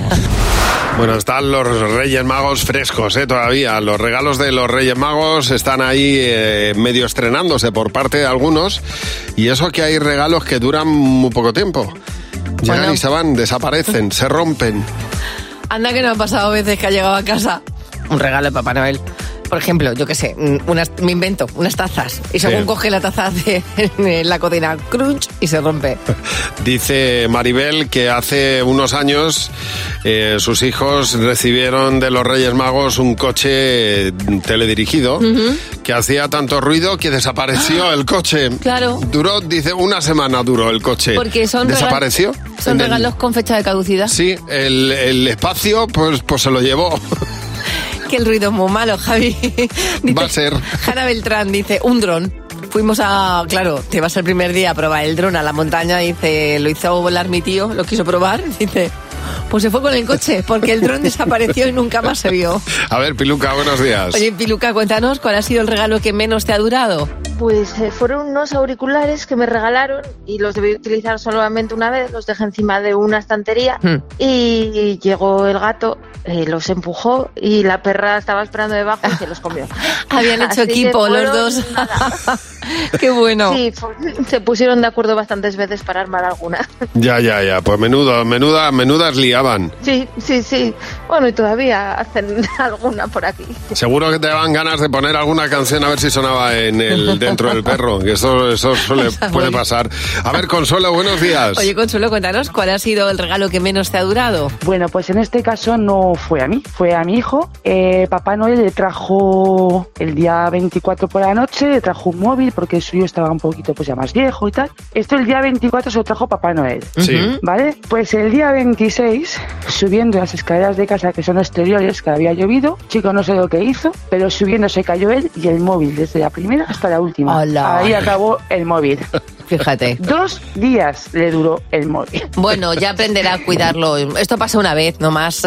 Speaker 3: Bueno, están los Reyes Magos frescos, ¿eh? Todavía. Los regalos de los Reyes Magos están ahí eh, medio estrenándose por parte de algunos. Y eso que hay regalos que duran muy poco tiempo. Llegan
Speaker 4: Bueno.
Speaker 3: y se van, desaparecen, se rompen.
Speaker 4: Anda que no ha pasado veces que ha llegado a casa un regalo de Papá Noel. Por ejemplo, yo qué sé, mm, unas, me invento, unas tazas. Y según
Speaker 3: Sí.
Speaker 4: coge la taza de, [laughs] en la cocina, crunch y se rompe.
Speaker 3: Dice Maribel que hace unos años eh, sus hijos recibieron de los Reyes Magos un coche eh, teledirigido que hacía tanto ruido que desapareció el coche.
Speaker 4: Ah, Claro.
Speaker 3: Duró, dice, una semana duró el coche.
Speaker 4: Porque son regal-
Speaker 3: ¿Desapareció?
Speaker 4: Son
Speaker 3: En el-
Speaker 4: regalos con fecha de caducidad.
Speaker 3: Sí, el, el espacio pues, pues se lo llevó.
Speaker 4: [laughs] Que el ruido es muy malo, Javi. [laughs]
Speaker 3: Va a ser.
Speaker 4: Hanna Beltrán dice, un dron. Fuimos a, claro, te vas el primer día a probar el dron a la montaña, dice, lo hizo volar mi tío, lo quiso probar, [laughs] dice, pues se fue con el coche, porque el dron [laughs] desapareció y nunca más se vio.
Speaker 3: A ver, Piluca, buenos días.
Speaker 4: Oye, Piluca, cuéntanos, ¿cuál ha sido el regalo que menos te ha durado?
Speaker 20: Pues eh, fueron unos auriculares que me regalaron y los debí utilizar solamente una vez, los dejé encima de una estantería
Speaker 4: Hmm.
Speaker 20: y llegó el gato, eh, los empujó y la perra estaba esperando debajo y se los comió.
Speaker 4: [laughs] Habían hecho
Speaker 20: Así que
Speaker 4: equipo los
Speaker 20: fueron
Speaker 4: dos.
Speaker 20: nada.
Speaker 4: [laughs] Qué bueno.
Speaker 20: Sí, fu- se pusieron de acuerdo bastantes veces para armar alguna. [laughs]
Speaker 3: Ya, ya, ya. Pues menudo, menuda, menudas liaban.
Speaker 20: Sí, sí, sí. Bueno, y todavía hacen [laughs] alguna por aquí.
Speaker 3: Seguro que te daban ganas de poner alguna canción a ver si sonaba en
Speaker 4: [laughs]
Speaker 3: el dentro del perro, que eso, eso suele- puede pasar. A ver, Consuelo, buenos días.
Speaker 4: Oye, Consuelo, cuéntanos, ¿cuál ha sido el regalo que menos te ha durado?
Speaker 17: Bueno, pues en este caso no fue a mí, fue a mi hijo. Eh, Papá Noel le trajo el día 24 por la noche, le trajo un móvil porque el suyo estaba un poquito pues ya más viejo y tal. Esto el día 24 se lo trajo Papá Noel.
Speaker 21: Sí. Ujú.
Speaker 17: ¿Vale? Pues el día 26, subiendo las escaleras de casa que son exteriores, que había llovido, chico no sé lo que hizo, pero subiendo se cayó él y el móvil desde la primera hasta la última. Ahí acabó el móvil.
Speaker 4: [laughs] Fíjate.
Speaker 17: Dos días le duró el móvil.
Speaker 4: Bueno, ya aprenderá a cuidarlo. Esto pasa una vez, no más.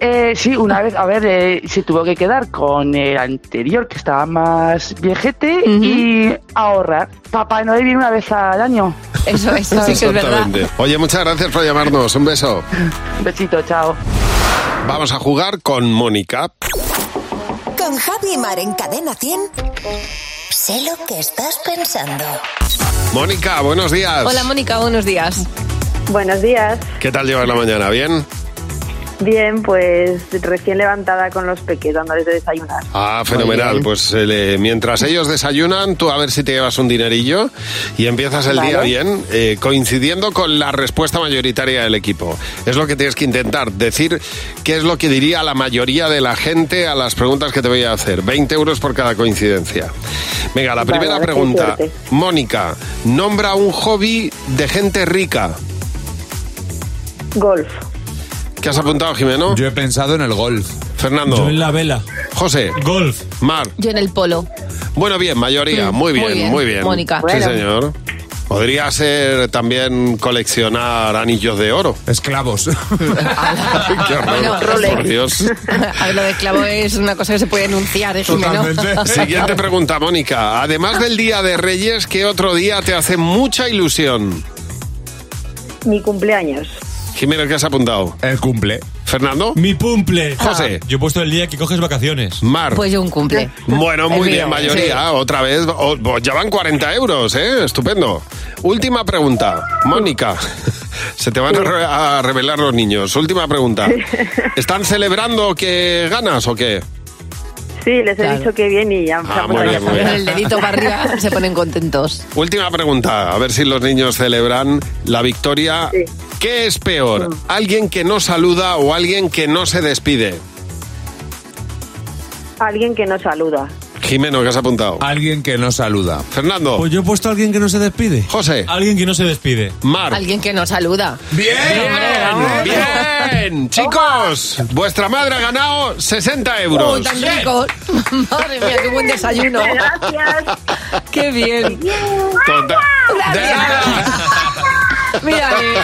Speaker 17: Eh, sí, una vez, a ver, eh, se tuvo que quedar con el anterior que estaba más viejete y ahorrar. Papá Noel viene una vez al año.
Speaker 4: pues, Eso, eso
Speaker 3: Exactamente. Oye, muchas gracias por llamarnos. Un beso.
Speaker 17: Besito, chao.
Speaker 3: Vamos a jugar con Mónica.
Speaker 22: Con Javi Mar en Cadena 100. Sé lo que estás pensando.
Speaker 3: Mónica, buenos días.
Speaker 4: Hola, Mónica, buenos días.
Speaker 22: Buenos días.
Speaker 3: ¿Qué tal llevas la mañana? ¿Bien?
Speaker 22: Bien, pues recién levantada con los peques dándoles de desayunar.
Speaker 3: Ah, fenomenal. Pues eh, le- mientras ellos desayunan, tú a ver si te llevas un dinerillo y empiezas el día
Speaker 22: Vale.
Speaker 3: bien, eh, coincidiendo con la respuesta mayoritaria del equipo. Es lo que tienes que intentar, decir qué es lo que diría la mayoría de la gente a las preguntas que te voy a hacer. 20 euros por cada coincidencia. Venga, la
Speaker 22: Vale,
Speaker 3: primera
Speaker 22: a ver qué
Speaker 3: pregunta.
Speaker 22: suerte.
Speaker 3: Mónica, nombra un hobby de gente rica.
Speaker 22: Golf.
Speaker 3: ¿Qué has apuntado, Jimeno? Yo he pensado en el golf. Fernando. Yo en
Speaker 19: la vela.
Speaker 3: José.
Speaker 19: Golf.
Speaker 3: Mar.
Speaker 4: Yo en el polo.
Speaker 3: Bueno, bien, mayoría.
Speaker 4: Mm,
Speaker 3: muy bien,
Speaker 4: muy
Speaker 3: muy
Speaker 4: bien,
Speaker 3: bien.
Speaker 4: Mónica.
Speaker 3: Sí,
Speaker 4: Bueno.
Speaker 3: señor. Podría ser también coleccionar anillos de oro. Esclavos. [laughs] Qué horror,
Speaker 22: Ah.
Speaker 4: Bueno,
Speaker 3: por Dios.
Speaker 4: [laughs] A ver, lo de esclavo es una cosa que se puede enunciar, ¿eh, Jimeno? [laughs]
Speaker 3: Siguiente pregunta, Mónica. Además del Día de Reyes, ¿qué otro día te hace mucha ilusión?
Speaker 22: Mi cumpleaños.
Speaker 3: Jimena, ¿qué has apuntado? El cumple. ¿Fernando?
Speaker 19: Mi cumple. Ah.
Speaker 3: José.
Speaker 19: Yo he puesto el día que coges vacaciones.
Speaker 3: Mar.
Speaker 4: Pues yo un cumple.
Speaker 3: Bueno,
Speaker 4: El
Speaker 3: muy
Speaker 4: mío,
Speaker 3: bien, mayoría.
Speaker 4: sí.
Speaker 3: Otra vez, o- o- ya van 40 euros, ¿eh? Estupendo. Última pregunta. Mónica, [laughs] se te van a, re- a revelar los niños. Última pregunta. [laughs] ¿Están celebrando que ganas o qué?
Speaker 22: Sí, les he
Speaker 4: Claro.
Speaker 22: dicho que bien y ya. se han
Speaker 3: Ah, muy
Speaker 22: puesto
Speaker 3: bien,
Speaker 22: a
Speaker 3: muy
Speaker 4: Con
Speaker 22: llorar.
Speaker 4: el dedito para arriba se ponen contentos.
Speaker 3: Última pregunta. A ver si los niños celebran la victoria. ¿Qué es peor?
Speaker 4: Mm.
Speaker 3: ¿Alguien que no saluda o alguien que no se despide?
Speaker 22: Alguien que no saluda.
Speaker 3: Jimeno, que has apuntado.
Speaker 1: Alguien que no saluda.
Speaker 3: Fernando.
Speaker 1: Pues yo he puesto a alguien que no se despide.
Speaker 3: José.
Speaker 19: Alguien que no se despide.
Speaker 3: Mar.
Speaker 4: Alguien que nos saluda.
Speaker 3: Bien, bien. Chicos, vuestra madre ha ganado 60 euros.
Speaker 4: Uy, tan rico. [laughs] Madre mía, qué buen desayuno.
Speaker 20: Gracias.
Speaker 4: Qué bien.
Speaker 3: Total-
Speaker 4: Mira, eh,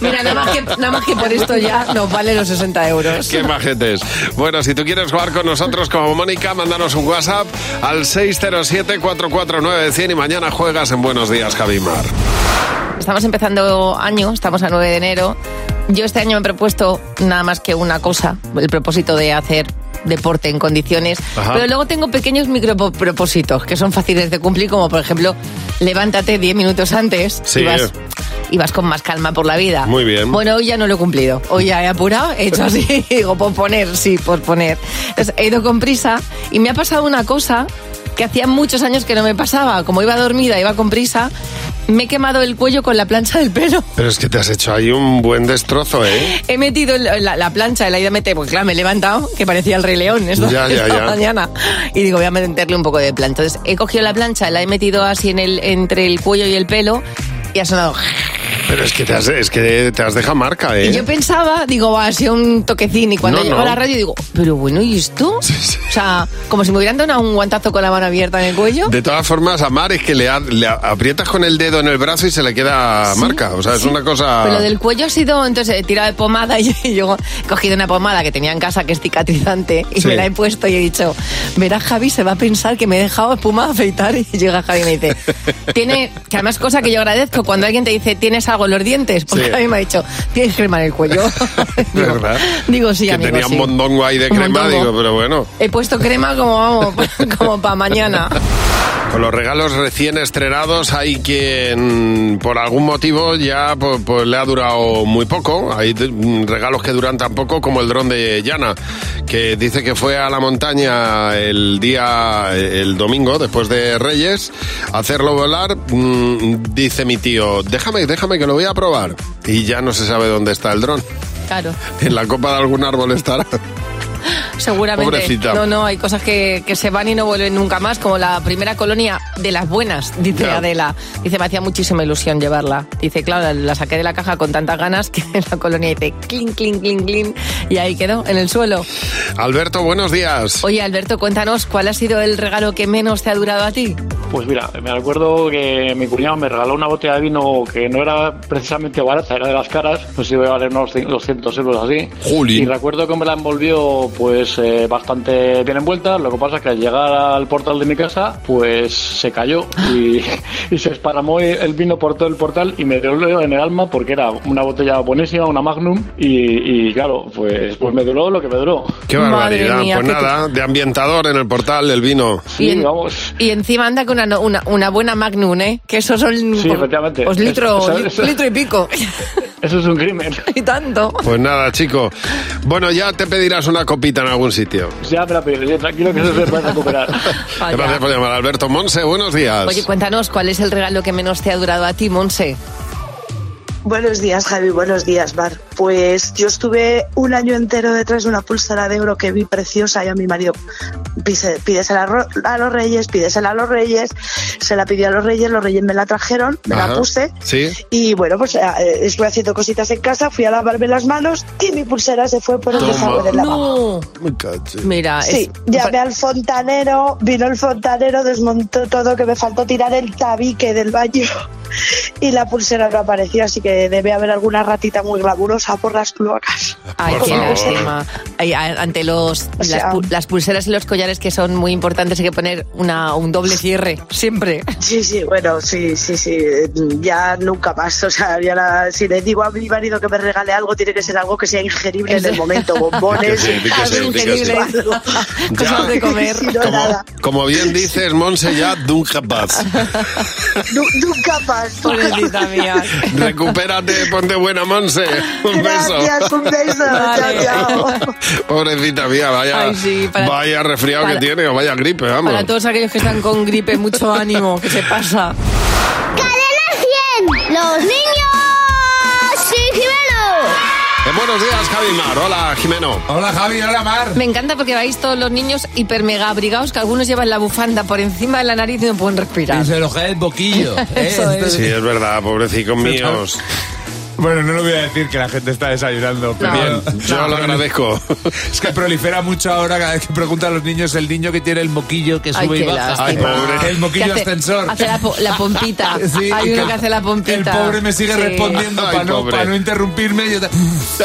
Speaker 4: mira nada, más que, nada más que por esto ya nos vale los 60 euros.
Speaker 3: Qué majetes. Bueno, si tú quieres jugar con nosotros como Mónica, mándanos un WhatsApp al 607-449-100 y mañana juegas en Buenos Días, Javimar.
Speaker 4: Estamos empezando año, estamos a 9 de enero. Yo este año me he propuesto nada más que una cosa, el propósito de hacer deporte en condiciones,
Speaker 2: Ajá.
Speaker 4: pero luego tengo pequeños micropropósitos que son fáciles de cumplir, como por ejemplo, levántate 10 minutos antes
Speaker 3: Sí.
Speaker 4: y, vas, y vas con más calma por la vida.
Speaker 3: Muy bien.
Speaker 4: Bueno, hoy ya no lo he cumplido, hoy ya he apurado, he hecho así, [laughs] digo, posponer, sí, posponer. Entonces, he ido con prisa y me ha pasado una cosa que hacía muchos años que no me pasaba, como iba dormida, iba con prisa, me he quemado el cuello con la plancha del pelo. [laughs]
Speaker 3: Pero es que te has hecho ahí un buen destrozo, ¿eh?
Speaker 4: He metido la, la- la plancha, la he ido a meter, porque pues claro, me he levantado, que parecía el Rey León esta,
Speaker 3: Ya, ya,
Speaker 4: [laughs] esta
Speaker 3: ya.
Speaker 4: mañana. Y digo, voy a meterle un poco de plancha. Entonces, he cogido la plancha, la he metido así en el, entre el cuello y el pelo, y ha sonado.
Speaker 3: Pero es que te has, es que te has dejado marca, ¿eh?
Speaker 4: Y yo pensaba, digo, va, ha sido un toquecín. Y cuando
Speaker 3: No,
Speaker 4: llego a
Speaker 3: no.
Speaker 4: la radio, digo, pero bueno, ¿y esto? O sea, como si me hubieran dado una- un guantazo con la mano abierta en el cuello.
Speaker 3: De todas formas, a Mar es que le, a- le a- aprietas con el dedo en el brazo y se le queda marca. O sea, es una cosa...
Speaker 4: Pero lo del cuello ha sido, entonces he tirado de pomada y, [laughs] y yo he cogido una pomada que tenía en casa que es cicatrizante y
Speaker 3: Sí.
Speaker 4: me la he puesto y he dicho, verás Javi, se va a pensar que me he dejado espuma a afeitar [laughs] y llega Javi y me dice, tiene, que además cosa que yo agradezco cuando alguien te dice, tienes algo en los dientes, porque
Speaker 3: Sí.
Speaker 4: a mí me ha dicho, tienes crema en el cuello. [laughs]
Speaker 3: ¿Verdad?
Speaker 4: digo, sí,
Speaker 3: que
Speaker 4: amigo,
Speaker 3: tenía
Speaker 4: sí.
Speaker 3: un mondongo ahí de
Speaker 4: Un
Speaker 3: crema,
Speaker 4: mondongo.
Speaker 3: digo, pero bueno.
Speaker 4: He puesto crema como vamos, [laughs] como para
Speaker 3: [laughs]
Speaker 4: mañana.
Speaker 3: Con los regalos recién estrenados hay quien por algún motivo ya pues, pues, le ha durado muy poco. Hay mm, regalos que duran tan poco como el dron de Llana, que dice que fue a la montaña el día, el domingo, después de Reyes, a hacerlo volar. Mm, Dice mi tío, déjame, déjame que lo voy a probar. Y ya no se sabe dónde está el dron. [laughs]
Speaker 4: Claro,
Speaker 3: En la copa de algún árbol estará.
Speaker 4: seguramente.
Speaker 3: Pobrecita.
Speaker 4: No, no, hay cosas que, que se van y no vuelven nunca más, como la primera colonia de las buenas, dice
Speaker 3: Ya.
Speaker 4: Adela. Dice, me hacía muchísima ilusión llevarla. Dice, claro, la saqué de la caja con tantas ganas que [laughs] la colonia dice clink, clink, clink, clink, y ahí quedó, en el suelo.
Speaker 3: Alberto, buenos días.
Speaker 4: Oye, Alberto, cuéntanos, ¿cuál ha sido el regalo que menos te ha durado a ti?
Speaker 21: Pues mira, me acuerdo que mi cuñado me regaló una botella de vino que no era precisamente barata, era de las caras, no sé si iba a valer unos 200 euros así.
Speaker 1: Jolín.
Speaker 21: Y recuerdo que me la envolvió pues eh, bastante bien envuelta, lo que pasa es que al llegar al portal de mi casa pues se cayó y, [laughs] y se esparamó el vino por todo el portal y me dolió en el alma porque era una botella buenísima, una magnum y, y claro, pues, pues me duró lo que me duró.
Speaker 3: Qué barbaridad. pues nada, de ambientador en el portal del vino.
Speaker 4: Y, en- y encima anda con una, no- una, una buena Magnum, ¿eh? Que esos son...
Speaker 21: Sí, efectivamente.
Speaker 4: Pues litro,
Speaker 21: Eso-
Speaker 4: li-
Speaker 21: eso-
Speaker 4: litro y pico. [laughs]
Speaker 21: Eso es un crimen.
Speaker 4: Y tanto.
Speaker 3: Pues nada, chico. Bueno, ya te pedirás una copita en algún sitio.
Speaker 21: Ya me la pediré, tranquilo que eso se puede recuperar.
Speaker 4: Vaya.
Speaker 3: [laughs] Gracias por llamar, Alberto Monse. Buenos días.
Speaker 4: Oye, cuéntanos, ¿cuál es el regalo que menos te ha durado a ti, Monse?
Speaker 13: Buenos días, Javi. Buenos días, Bar. Pues yo estuve un año entero detrás de una pulsera de oro que vi preciosa y a mi marido pise- pídesela a, ro- a los reyes, pídesela a los reyes. Se la pedí a los reyes, los reyes me la trajeron, me
Speaker 3: Ajá.
Speaker 13: la puse.
Speaker 3: Sí.
Speaker 13: Y bueno, pues eh, estuve haciendo cositas en casa, fui a lavarme las manos y mi pulsera se fue por el
Speaker 3: Toma.
Speaker 13: desagüe de lavabo.
Speaker 3: Me caché.
Speaker 4: Mira,
Speaker 13: Sí, llamé al fontanero, vino el fontanero, desmontó todo, que me faltó tirar el tabique del baño [laughs] y la pulsera no apareció, así que debe haber alguna ratita muy glamurosa por las cloacas.
Speaker 4: Ay,
Speaker 13: Por
Speaker 4: qué
Speaker 13: favor.
Speaker 4: lástima. Ay, a- ante los, las,
Speaker 13: sea-
Speaker 4: pu- las pulseras y los collares que son muy importantes hay que poner una, un doble cierre, siempre.
Speaker 13: Sí, sí, bueno, sí, sí, sí, eh, ya nunca más, o sea, ya la- si le digo a mi marido que me regale algo, tiene que ser algo que sea ingerible en el [laughs] momento, bombones,
Speaker 3: Que sí, que sí,
Speaker 13: algo
Speaker 3: que sí.
Speaker 13: ingerible, algo.
Speaker 3: Ya.
Speaker 13: [laughs] cosas de comer. Si no,
Speaker 3: Como,
Speaker 13: nada.
Speaker 3: como bien dices, Monse, ya nunca paz.
Speaker 13: Nu- nunca más.
Speaker 4: Pobrecita mía.
Speaker 3: Recupérate, ponte buena, Monse. Un
Speaker 13: Gracias,
Speaker 3: beso.
Speaker 13: un beso,
Speaker 4: Vale.
Speaker 13: chao, chao.
Speaker 3: Pobrecita mía, vaya,
Speaker 4: Ay, sí, para-
Speaker 3: vaya resfriado
Speaker 4: para-
Speaker 3: que tiene o vaya gripe, vamos.
Speaker 4: Para todos aquellos que están con gripe, mucho ánimo, que se pasa.
Speaker 23: ¡Cadena 100! ¡Los niños! ¡Sí, Jimeno!
Speaker 3: Hemos Eh, Buenos días, Javi Mar. Hola, Jimeno.
Speaker 5: Hola, Javi. Hola, Mar.
Speaker 4: Me encanta porque vais todos los niños hiper mega abrigados que algunos llevan la bufanda por encima de la nariz y no pueden respirar.
Speaker 2: Se lo cae el boquillo. ¿eh?
Speaker 4: Eso es.
Speaker 3: Sí, es verdad, pobrecicos míos.
Speaker 2: Bueno, no lo voy a decir que la gente está desayunando, pero
Speaker 3: Bien, yo lo agradezco.
Speaker 2: Es que prolifera mucho ahora cada vez que preguntan a los niños el niño que tiene el moquillo que sube
Speaker 4: Ay,
Speaker 2: y
Speaker 4: qué
Speaker 2: baja.
Speaker 4: lástima.
Speaker 2: El moquillo
Speaker 4: Que hace-
Speaker 2: ascensor.
Speaker 4: Hace la, po-
Speaker 2: [laughs]
Speaker 4: la pompita.
Speaker 2: Sí,
Speaker 4: Hay
Speaker 2: y
Speaker 4: uno
Speaker 2: que
Speaker 4: que hace la pompita.
Speaker 2: El pobre me sigue
Speaker 4: Sí.
Speaker 2: respondiendo para no, pa' no interrumpirme. Yo te-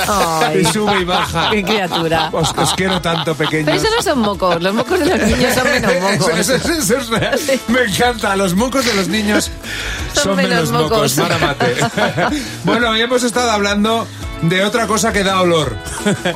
Speaker 4: Ay.
Speaker 2: [laughs] Y sube y baja.
Speaker 4: Qué criatura.
Speaker 2: Os, os quiero tanto, pequeños.
Speaker 4: Pero eso no son mocos. Los mocos de los niños son menos mocos.
Speaker 2: [laughs] Eso- eso- eso es real. Me encanta. Los mocos de los niños son, menos, mocos.
Speaker 4: [laughs]
Speaker 2: Mara Mate. bueno, hoy hemos estado hablando de otra cosa que da olor.
Speaker 3: El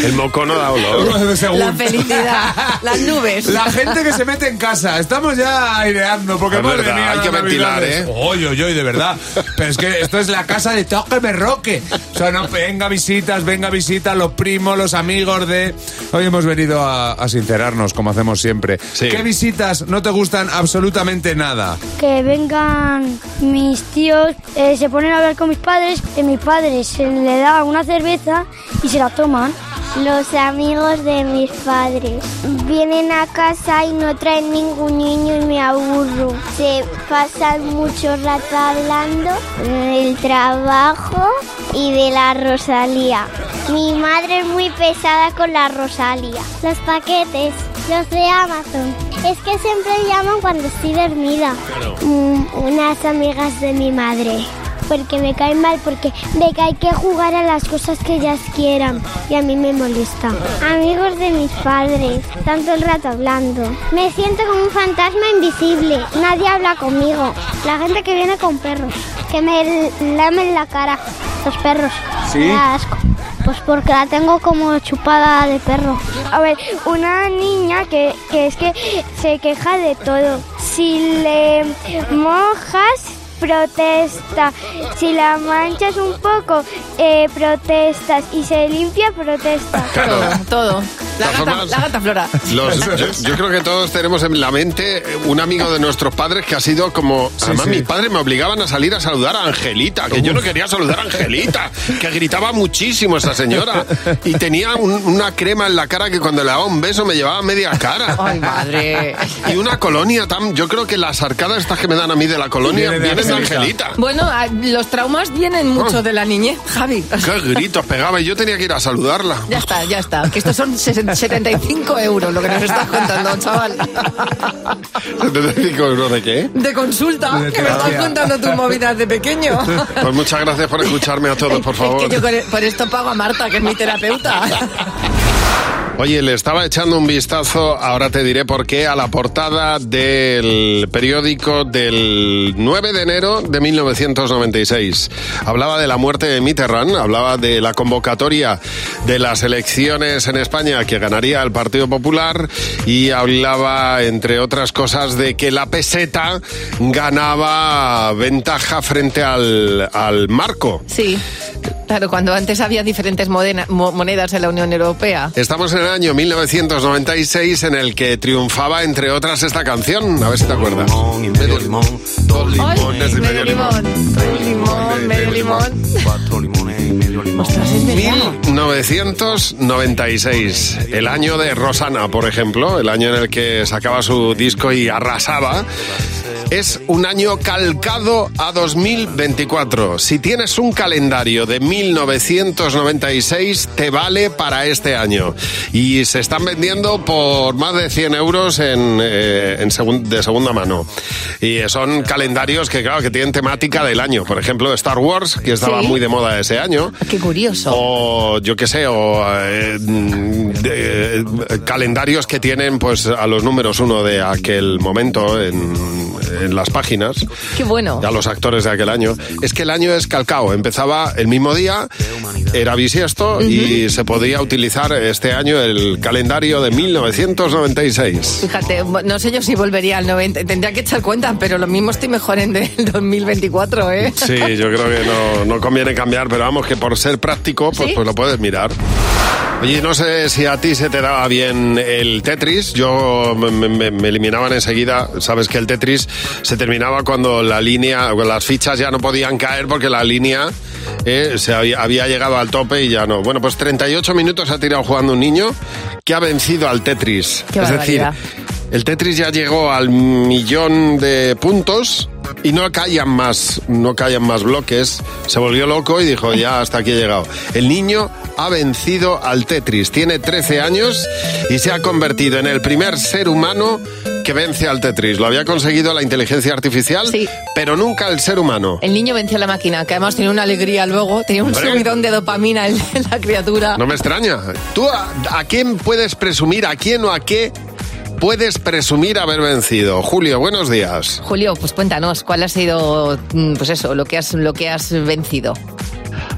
Speaker 6: Pues
Speaker 3: moco no da olor.
Speaker 2: Según.
Speaker 4: La felicidad. Las nubes.
Speaker 2: La gente que se mete en casa. Estamos ya aireando porque
Speaker 3: Es
Speaker 2: madre
Speaker 3: Ah, verdad,
Speaker 2: mía,
Speaker 3: hay que
Speaker 2: las
Speaker 3: ventilar,
Speaker 2: navidades.
Speaker 3: ¿eh?
Speaker 2: Oy, oy, oy, de verdad. Pero es que esto es la casa de Toque me roque. O sea, no, venga visitas, venga visitas, los primos, los amigos de... Hoy hemos venido a, a sincerarnos, como hacemos siempre. ¿Qué visitas no te gustan absolutamente nada?
Speaker 7: que vengan mis tíos, eh, se ponen a hablar con mis padres, que mis padres se le da una cerveza y se la toman. Los amigos de mis padres vienen a casa y no traen ningún niño y me aburro. Se pasan mucho rato hablando del trabajo y de la Rosalía. Mi madre es muy pesada con la Rosalía. Los paquetes, los de Amazon. Es que siempre llaman cuando estoy dormida. Mm, unas amigas de mi madre. Porque me caen mal, porque de que hay que jugar a las cosas que ellas quieran. Y a mí me molesta. Amigos de mis padres, tanto el rato hablando. Me siento como un fantasma invisible. Nadie habla conmigo. La gente que viene con perros, que me lamen la cara. Los perros.
Speaker 11: ¿Sí?
Speaker 7: Me da asco. Pues porque la tengo como chupada de perro. A ver, una niña que, que es que se queja de todo. Si le mojas, protesta. Si la manchas un poco, eh, protestas. Y se limpia, protesta.
Speaker 4: Todo, todo. La
Speaker 3: todas
Speaker 4: gata,
Speaker 3: formas-
Speaker 4: la gata flora.
Speaker 3: Los-
Speaker 2: [laughs]
Speaker 3: yo, yo creo que todos tenemos en la mente un amigo de nuestros padres que ha sido como... además, mis padres me obligaban a salir a saludar a Angelita, que yo no quería saludar a Angelita, que gritaba muchísimo esa señora. Y tenía un- una crema en la cara que cuando le daba un beso me llevaba media cara.
Speaker 4: Ay, madre.
Speaker 3: Y una colonia tan... Yo creo que las arcadas estas que me dan a mí de la colonia
Speaker 2: Viene de
Speaker 3: vienen de
Speaker 2: Angelita.
Speaker 3: Angelita.
Speaker 4: Bueno, a- los traumas vienen
Speaker 2: Oh.
Speaker 4: mucho de la niñez, Javi.
Speaker 3: Qué gritos pegaba y yo tenía que ir a saludarla. [laughs]
Speaker 4: Ya está, ya está. Que estos son 60 75 euros lo que nos estás contando, chaval.
Speaker 3: 75 euros de qué.
Speaker 4: De consulta,
Speaker 3: De
Speaker 4: que me estás
Speaker 3: terapia.
Speaker 4: contando tus movidas de pequeño.
Speaker 3: Pues muchas gracias por escucharme a todos, por favor.
Speaker 4: Es que yo con- e, por esto pago a Marta, que es mi terapeuta.
Speaker 3: [laughs] Oye, le estaba echando un vistazo, ahora te diré por qué, a la portada del periódico del 9 de enero de 1996. Hablaba de la muerte de Mitterrand, hablaba de la convocatoria de las elecciones en España que ganaría el Partido Popular y hablaba, entre otras cosas, de que la peseta ganaba ventaja frente al, al marco.
Speaker 4: Sí. Claro, cuando antes había diferentes modena- mo- monedas en la Unión Europea.
Speaker 3: Estamos en el año 1996 en el que triunfaba, entre otras, esta canción. A ver si te acuerdas. Medio limón, dos limones y medio limón.
Speaker 4: Un limón, medio limón.
Speaker 3: Cuatro limones y medio limón. 1996, el año de Rosana, por ejemplo, el año en el que sacaba su disco y arrasaba. Es un año calcado a 2024. Si tienes un calendario de 1996, te vale para este año. Y se están vendiendo por más de 100 euros en, eh, en segun- de segunda mano. Y son calendarios que, claro, que tienen temática del año. Por ejemplo, Star Wars, que estaba
Speaker 4: Sí.
Speaker 3: muy de moda ese año.
Speaker 4: Qué curioso.
Speaker 3: O yo qué sé, o eh, mm, de- eh, calendarios que tienen pues a los números uno de aquel momento en, en las páginas.
Speaker 4: Qué bueno.
Speaker 3: A los actores de aquel año. Es que el año es calcao. Empezaba el mismo día, era bisiesto y se podía utilizar este año el calendario de 1996.
Speaker 4: Fíjate, no sé yo si volvería al 90. Tendría que echar cuenta, pero lo mismo estoy mejor en el [laughs] 2024, ¿eh?
Speaker 3: Sí, yo creo que no, no conviene cambiar, pero vamos, que por ser práctico, pues,
Speaker 4: ¿Sí?
Speaker 3: pues lo puedes mirar. Oye, no sé si a ti se te daba bien el Tetris. Yo me, me- me eliminaban enseguida. Sabes que el Tetris se terminaba cuando la línea, las fichas ya no podían caer porque la línea eh, se había, había llegado al tope y ya no. Bueno, pues 38 minutos ha tirado jugando un niño que ha vencido al Tetris.
Speaker 4: Qué
Speaker 3: es
Speaker 4: barbaridad.
Speaker 3: decir, el Tetris ya llegó al millón de puntos y no caían más, no caían más bloques. Se volvió loco y dijo, ya hasta aquí he llegado. El niño ha vencido al Tetris, tiene 13 años y se ha convertido en el primer ser humano que vence al Tetris. Lo había conseguido la inteligencia artificial, pero nunca el ser humano.
Speaker 4: El niño venció la máquina, que además tiene una alegría luego, tenía un
Speaker 3: Hombre.
Speaker 4: subidón de dopamina en [laughs] la criatura.
Speaker 3: No me extraña. ¿Tú a, a quién puedes presumir, a quién o a qué puedes presumir haber vencido? Julio, buenos días.
Speaker 4: Julio, pues cuéntanos, ¿cuál ha sido, mm, pues eso, lo que has, lo que has vencido?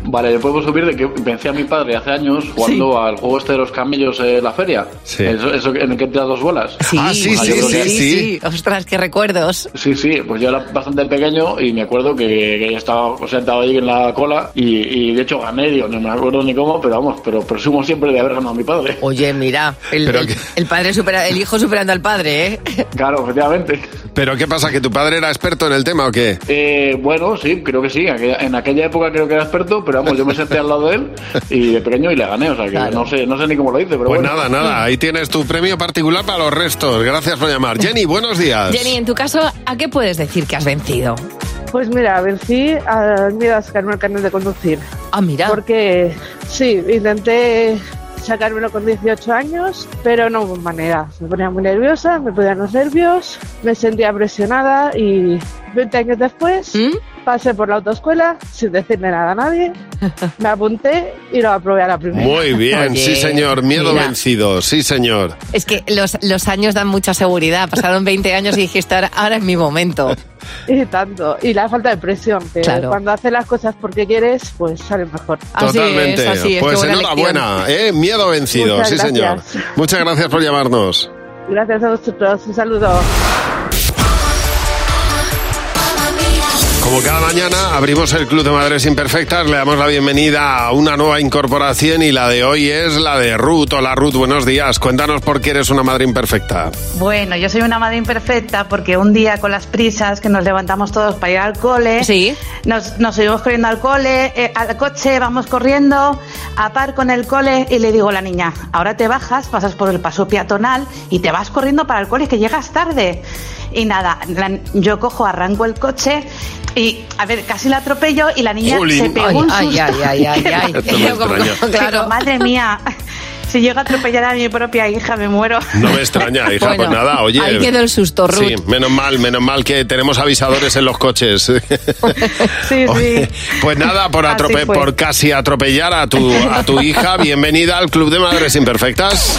Speaker 21: Vale, le puedo subir de que vencí a mi padre hace años jugando al juego este de los camellos eh, en la feria. Eso, eso en el que te das dos bolas. Ah, yo creo que-
Speaker 4: Ostras, qué recuerdos.
Speaker 21: Sí, sí, pues yo era bastante pequeño y me acuerdo que, que estaba sentado ahí en la cola y, y de hecho gané, digo, no me acuerdo ni cómo, pero vamos, pero presumo siempre de haber ganado a mi padre.
Speaker 4: Oye, mira, el, el- el padre supera, el hijo superando al padre, ¿eh?
Speaker 21: Claro, efectivamente.
Speaker 3: ¿Pero qué pasa? ¿Que tu padre era experto en el tema o qué?
Speaker 21: Eh, bueno, sí, creo que sí, aquella- en aquella época creo que era experto, pero vamos, yo me senté al lado de él y de pequeño y le gané, o sea que no sé, no sé ni cómo lo hice, pero
Speaker 3: Pues
Speaker 21: bueno. Mm.
Speaker 3: nada, nada, ahí tienes tu premio particular para los restos. Gracias por llamar. Jenny, buenos días.
Speaker 4: Jenny, en tu caso, ¿a qué puedes decir que has vencido?
Speaker 24: Pues mira, vencí al miedo a sacarme el carnet de conducir.
Speaker 4: Ah, mira.
Speaker 24: Porque sí, intenté sacármelo con 18 años, pero no hubo manera. Me ponía muy nerviosa, me ponían los nervios, me sentía presionada y 20 años después
Speaker 4: ¿Mm?
Speaker 24: pasé por la autoescuela sin decirle nada a
Speaker 4: [laughs]
Speaker 24: nadie, me apunté y lo aprobé a la primera.
Speaker 3: Muy bien, sí señor, miedo
Speaker 4: mira.
Speaker 3: vencido, sí señor.
Speaker 4: Es que los, los años dan mucha seguridad. Pasaron 20 años y dijiste, ahora, ahora es mi momento.
Speaker 24: [laughs] Y tanto. Y la falta de presión, que
Speaker 4: Claro.
Speaker 24: cuando haces las cosas porque quieres, pues sale mejor.
Speaker 3: Totalmente. pues enhorabuena, ¿eh? miedo vencido,
Speaker 24: Muchas
Speaker 3: sí señor.
Speaker 24: gracias.
Speaker 3: Muchas gracias por llamarnos.
Speaker 24: Gracias a vosotros. Un saludo.
Speaker 3: Como cada mañana abrimos el Club de Madres Imperfectas, le damos la bienvenida a una nueva incorporación y la de hoy es la de Ruth. Hola Ruth, buenos días. Cuéntanos por qué eres una madre imperfecta.
Speaker 11: Bueno, yo soy una madre imperfecta porque un día con las prisas que nos levantamos todos para ir al cole, nos, nos subimos corriendo al cole, eh, al coche, vamos corriendo, a par con el cole y le digo a la niña, ahora te bajas, pasas por el paso peatonal y te vas corriendo para el cole que llegas tarde. Y nada, la- yo cojo, arranco el coche y, a ver, casi la atropello y la niña
Speaker 4: Jolín.
Speaker 11: se pegó un
Speaker 4: Ay,
Speaker 11: susto.
Speaker 4: ay, ay, ay,
Speaker 11: [laughs]
Speaker 4: ay, ay. Esto me
Speaker 11: Como-
Speaker 3: extraña.
Speaker 11: como- Digo, madre mía, si llego a atropellar a mi propia hija me muero. [laughs]
Speaker 3: No me extraña, hija,
Speaker 11: Bueno,
Speaker 3: pues nada, oye.
Speaker 11: ahí quedó el susto, Ruth.
Speaker 3: Sí, menos mal, menos mal que tenemos avisadores en
Speaker 11: [laughs]
Speaker 3: los coches.
Speaker 11: Sí, sí.
Speaker 3: Pues nada, por,
Speaker 11: Así
Speaker 3: atrope
Speaker 11: fue.
Speaker 3: por casi atropellar a tu, a
Speaker 11: [laughs]
Speaker 3: tu hija, bienvenida al Club de Madres Imperfectas.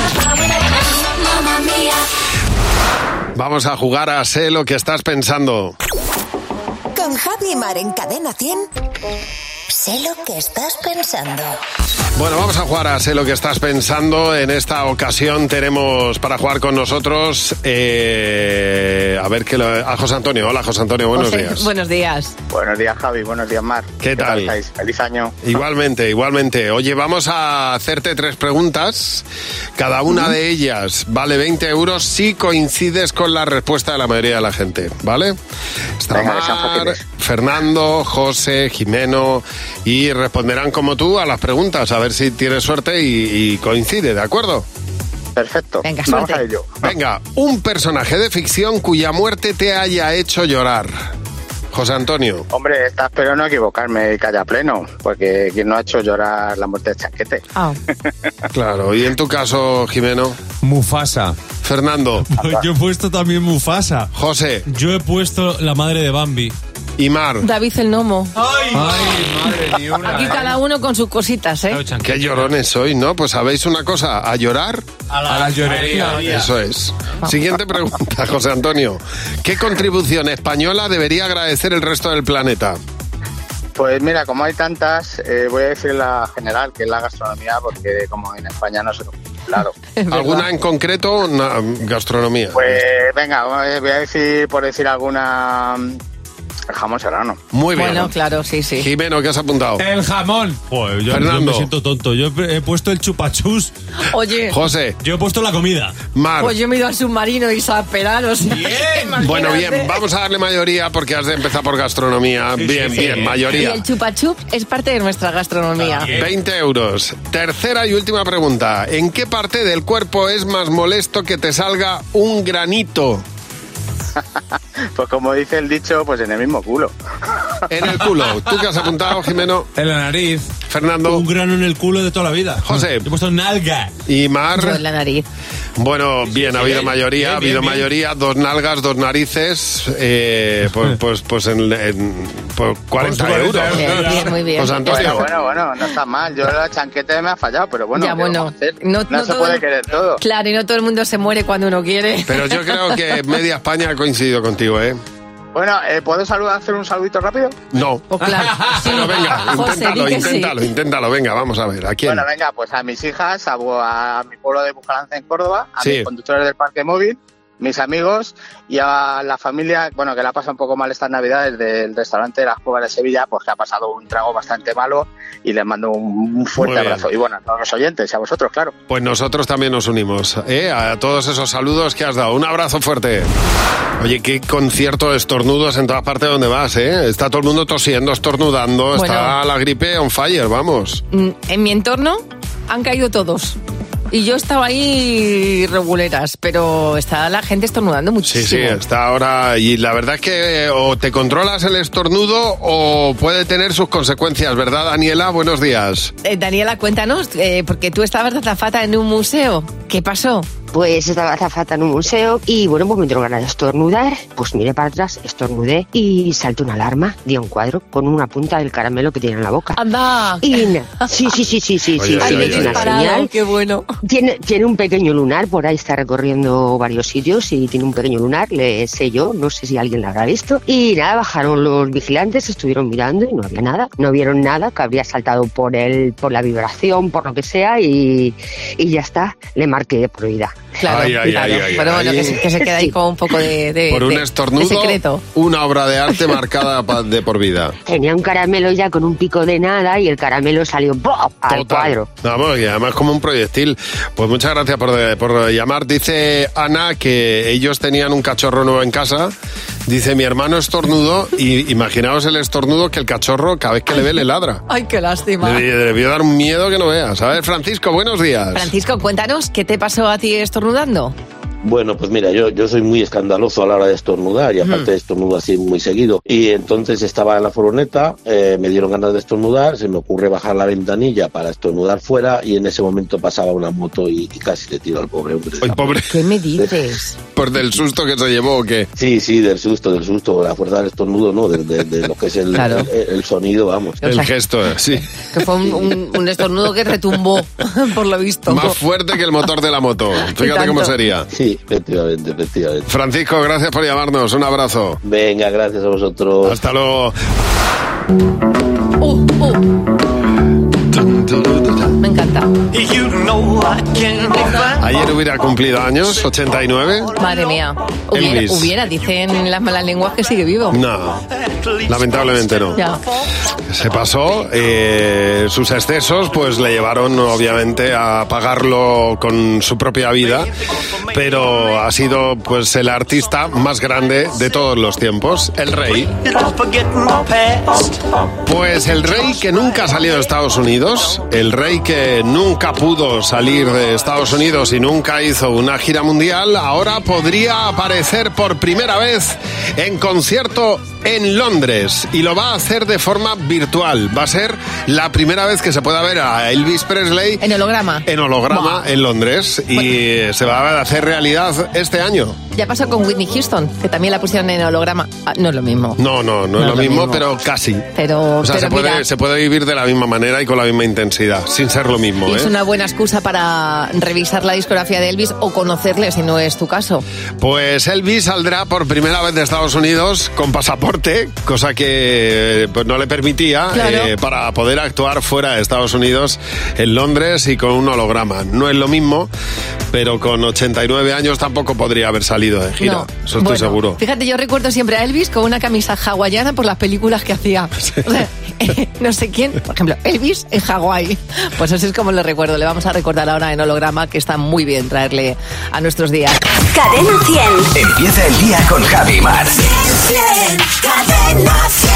Speaker 3: Vamos a jugar a sé lo que estás pensando.
Speaker 22: Con Javi Mar en Cadena 100. Sé lo que estás pensando.
Speaker 3: Bueno, vamos a jugar a sé lo que estás pensando. En esta ocasión tenemos para jugar con nosotros eh, a ver que lo, a José Antonio. Hola José Antonio, buenos
Speaker 4: José,
Speaker 3: días.
Speaker 4: Buenos días.
Speaker 6: Buenos días, Javi. Buenos días, Mar.
Speaker 3: ¿Qué tal?
Speaker 6: estáis? Feliz año.
Speaker 3: Igualmente, igualmente. Oye, vamos a hacerte tres preguntas. Cada una de ellas vale 20 euros si coincides con la respuesta de la mayoría de la gente, ¿vale? Está
Speaker 6: Venga, que sean
Speaker 3: Mar,
Speaker 6: fáciles.
Speaker 3: Fernando, José, Jimeno y responderán como tú a las preguntas, a ver si tienes suerte y, y coincide, ¿de acuerdo?
Speaker 6: Perfecto.
Speaker 3: Venga,
Speaker 6: Vamos suerte. a ello.
Speaker 3: Venga, un personaje de ficción cuya muerte te haya hecho llorar. José Antonio.
Speaker 6: Hombre, está espero no equivocarme y calla pleno, porque quien no ha hecho llorar la muerte de Chanquete.
Speaker 3: Claro, y en tu caso, Jimeno. Mufasa. Fernando.
Speaker 19: [laughs] Yo he puesto también Mufasa.
Speaker 3: José.
Speaker 19: Yo he puesto la madre de Bambi.
Speaker 3: Y Mar.
Speaker 4: David el Nomo.
Speaker 3: madre, ni una.
Speaker 4: Aquí cada uno con sus cositas, ¿eh?
Speaker 3: Qué llorones soy, ¿no? Pues sabéis una cosa, a llorar.
Speaker 19: A la- A la llorería.
Speaker 3: Eso es. Siguiente pregunta, [laughs] José Antonio. ¿Qué contribución española debería agradecer el resto del planeta?
Speaker 6: Pues mira, como hay tantas, eh, voy a decir la general, que es la gastronomía, porque como en España no se lo claro.
Speaker 3: [laughs] ¿Alguna en concreto? Na- gastronomía.
Speaker 6: Pues venga, eh, voy a decir, por decir alguna, mm, el jamón serrano.
Speaker 3: Muy bien.
Speaker 4: Bueno, claro, sí, sí.
Speaker 3: Jimeno, ¿qué has apuntado?
Speaker 2: El jamón.
Speaker 19: Joder, yo, yo
Speaker 3: Fernando.
Speaker 19: me siento tonto. Yo he he puesto el chupachus.
Speaker 4: Oye,
Speaker 3: José. ah.
Speaker 19: Yo he puesto la comida.
Speaker 3: Mar.
Speaker 4: pues yo me he ido al submarino y a perar, o sea, [laughs] imagínate.
Speaker 3: Bueno, bien, vamos a darle mayoría porque has de empezar por gastronomía. bien,
Speaker 4: Sí, sí.
Speaker 3: bien,
Speaker 4: Y
Speaker 3: mayoría.
Speaker 4: el chupachup es parte de nuestra gastronomía.
Speaker 3: 20 euros. Tercera y última pregunta. ¿En qué parte del cuerpo es más molesto que te salga un granito?
Speaker 6: Pues como dice el dicho, pues en el mismo culo.
Speaker 3: Ah, En el
Speaker 19: [laughs]
Speaker 3: culo. ¿Tú qué has apuntado, Jimeno?
Speaker 2: En la nariz.
Speaker 3: Fernando.
Speaker 19: Un grano en el culo de toda la vida.
Speaker 3: José.
Speaker 19: Yo he puesto nalga.
Speaker 3: Y Mar.
Speaker 4: Yo en la nariz.
Speaker 3: Bueno, bien, ha habido
Speaker 19: bien,
Speaker 3: mayoría,
Speaker 19: bien,
Speaker 3: ha habido
Speaker 19: bien, bien.
Speaker 3: mayoría, dos nalgas, dos narices, eh,
Speaker 19: [laughs]
Speaker 3: pues, pues, pues en, en- por 40 euros.
Speaker 4: Bien, bien, muy bien.
Speaker 3: José Pues Antonio.
Speaker 6: Bueno, bueno, bueno, no está mal. Yo la chanquete me ha fallado, pero bueno,
Speaker 4: ya
Speaker 6: ¿qué vamos a
Speaker 4: bueno,
Speaker 6: hacer?
Speaker 4: no,
Speaker 6: no, se puede querer todo.
Speaker 4: Claro, y no todo el mundo se muere cuando uno quiere.
Speaker 3: Pero yo creo que media España ha coincidido contigo, ¿eh?
Speaker 6: Bueno, eh, ¿puedo saludar, hacer un saludito
Speaker 3: [laughs]
Speaker 6: rápido?
Speaker 3: No.
Speaker 4: Pues claro.
Speaker 3: Pero
Speaker 4: Ah,
Speaker 3: venga,
Speaker 6: José,
Speaker 3: inténtalo,
Speaker 6: di que sí.
Speaker 3: inténtalo, inténtalo, venga, vamos a ver, ¿a quién?
Speaker 6: Bueno, venga, pues a mis hijas, a, a mi pueblo de Bujalance en Córdoba, a
Speaker 3: Sí.
Speaker 6: mis conductores del parque móvil, mis amigos y a la familia, bueno, que la pasa un poco mal estas navidades del restaurante de las Cuevas de Sevilla, pues que ha pasado un trago bastante malo y les mando un un fuerte
Speaker 3: Muy bien.
Speaker 6: abrazo. Y bueno, a todos los oyentes y a vosotros, claro.
Speaker 3: Pues nosotros también nos unimos ¿eh? a todos esos saludos que has dado. Un abrazo fuerte. Oye, qué concierto de estornudos en todas partes donde vas, ¿eh? Está todo el mundo tosiendo, estornudando, está
Speaker 4: Bueno.
Speaker 3: la gripe on fire, vamos.
Speaker 4: [laughs] Mm, En mi entorno han caído todos. Y yo estaba ahí reguleras, pero está la gente estornudando
Speaker 3: Sí,
Speaker 4: muchísimo.
Speaker 3: sí, está ahora. Y la verdad es que eh, o te controlas el estornudo o puede tener sus consecuencias, ¿verdad, Daniela? Buenos días.
Speaker 4: Eh, Daniela, cuéntanos, eh, porque tú estabas de azafata en un museo. ¿Qué pasó?
Speaker 25: Pues estaba azafata en un museo y bueno, pues me dieron ganas de estornudar. Pues miré para atrás, estornudé y saltó una alarma, di a un cuadro con una punta del caramelo que tiene en la boca.
Speaker 4: ¡Anda!
Speaker 25: Y na- sí, sí, sí, sí, sí, Oye, sí, oye, sí, oye, es oye. una Parado, señal.
Speaker 4: ¡Qué bueno!
Speaker 25: Tiene, tiene un pequeño lunar, por ahí está recorriendo varios sitios y tiene un pequeño lunar, le sé yo, no sé si alguien lo habrá visto. Y nada, bajaron los vigilantes, estuvieron mirando y no había nada, no vieron nada, que habría saltado por el, por la vibración, por lo que sea, y, y ya está, le marqué prohibida.
Speaker 4: Claro,
Speaker 3: Ay, ay,
Speaker 4: claro.
Speaker 3: ay, ay,
Speaker 4: pero bueno,
Speaker 3: ay.
Speaker 4: que se, que se queda ahí con un poco de, de-
Speaker 3: por un
Speaker 4: de- de
Speaker 3: estornudo,
Speaker 4: secreto.
Speaker 3: una obra
Speaker 4: [laughs]
Speaker 3: de arte marcada pa- de por vida.
Speaker 25: Tenía un caramelo ya con un pico de nada y el caramelo salió ¡pop! al cuadro.
Speaker 3: No, bueno, y además como un proyectil. Pues muchas gracias por, por llamar. Dice Ana que ellos tenían un cachorro nuevo en casa. Dice, mi hermano estornudo y imaginaos el estornudo que el cachorro cada vez que le ve le ladra.
Speaker 4: Ay, qué lástima.
Speaker 3: Le, le debió dar un miedo que no veas. A ver, Francisco, buenos días.
Speaker 4: Francisco, cuéntanos, ¿qué te pasó a ti estornudando?
Speaker 26: Bueno, pues mira, yo, yo soy muy escandaloso a la hora de estornudar y aparte estornudo así muy seguido. Y entonces estaba en la furgoneta, eh, me dieron ganas de estornudar, se me ocurre bajar la ventanilla para estornudar fuera y en ese momento pasaba una moto y, y casi le tiro al pobre hombre.
Speaker 4: ¿Qué me dices?
Speaker 3: ¿Por del susto que se llevó o qué?
Speaker 26: Sí, sí, del susto, del susto, la fuerza del estornudo, no, de, de- de lo que es el,
Speaker 4: Claro.
Speaker 26: el, el sonido, vamos.
Speaker 4: El O sea-
Speaker 3: gesto, eh,
Speaker 4: [laughs]
Speaker 3: sí.
Speaker 4: Que fue un, un- un estornudo que retumbó, [laughs] por lo visto.
Speaker 3: Más fuerte que el motor de
Speaker 4: [laughs]
Speaker 3: la moto. Fíjate cómo
Speaker 4: tanto.
Speaker 3: sería.
Speaker 26: Sí, efectivamente, efectivamente.
Speaker 3: Francisco, gracias por llamarnos. Un abrazo.
Speaker 26: Venga, gracias a vosotros.
Speaker 3: Hasta luego.
Speaker 4: Me encanta.
Speaker 3: Ayer hubiera cumplido años, 89.
Speaker 4: Madre mía. Hubiera,
Speaker 3: Elvis.
Speaker 4: hubiera, dicen las malas lenguas que sigue vivo.
Speaker 3: No, lamentablemente no.
Speaker 4: Ya.
Speaker 3: Se pasó, eh, sus excesos pues le llevaron obviamente a pagarlo con su propia vida, pero ha sido pues el artista más grande de todos los tiempos, el rey. Pues el rey que nunca salió de Estados Unidos, el rey que nunca pudo salir de Estados Unidos y nunca hizo una gira mundial, ahora podría aparecer por primera vez en concierto en Londres y lo va a hacer de forma virtual. Va a ser la primera vez que se pueda ver a Elvis Presley
Speaker 4: En holograma.
Speaker 3: en holograma en Londres y se va a hacer realidad este año.
Speaker 4: Ya pasó con Whitney Houston, que también la pusieron en holograma. Ah, no es lo mismo.
Speaker 3: No, no, no, es lo mismo, pero casi.
Speaker 4: Pero,
Speaker 3: O sea,
Speaker 4: pero
Speaker 3: se puede,
Speaker 4: mira,
Speaker 3: se puede vivir de la misma manera y con la misma intensidad, sin ser lo mismo.
Speaker 4: y es
Speaker 3: ¿eh?
Speaker 4: una buena excusa para revisar la discografía de Elvis o conocerle, si no es tu caso.
Speaker 3: Pues Elvis saldrá por primera vez de Estados Unidos con pasaporte, cosa que eh, pues no le permitía
Speaker 4: Claro.
Speaker 3: eh, para poder actuar fuera de Estados Unidos en Londres y con un holograma. No es lo mismo, pero con 89 años tampoco podría haber salido de gira.
Speaker 4: No.
Speaker 3: Eso estoy
Speaker 4: Bueno,
Speaker 3: seguro.
Speaker 4: Fíjate, yo recuerdo siempre a Elvis con una camisa hawaiana por las películas que
Speaker 3: [laughs]
Speaker 4: hacía. O sea, [laughs] no sé quién, por ejemplo, Elvis en Hawái. Pues así es como le recuerdo. Le vamos a recordar ahora en holograma que está muy bien traerle a nuestros días.
Speaker 22: Cadena 100.
Speaker 27: Empieza el día con Javi Mar.
Speaker 22: Cadena 100.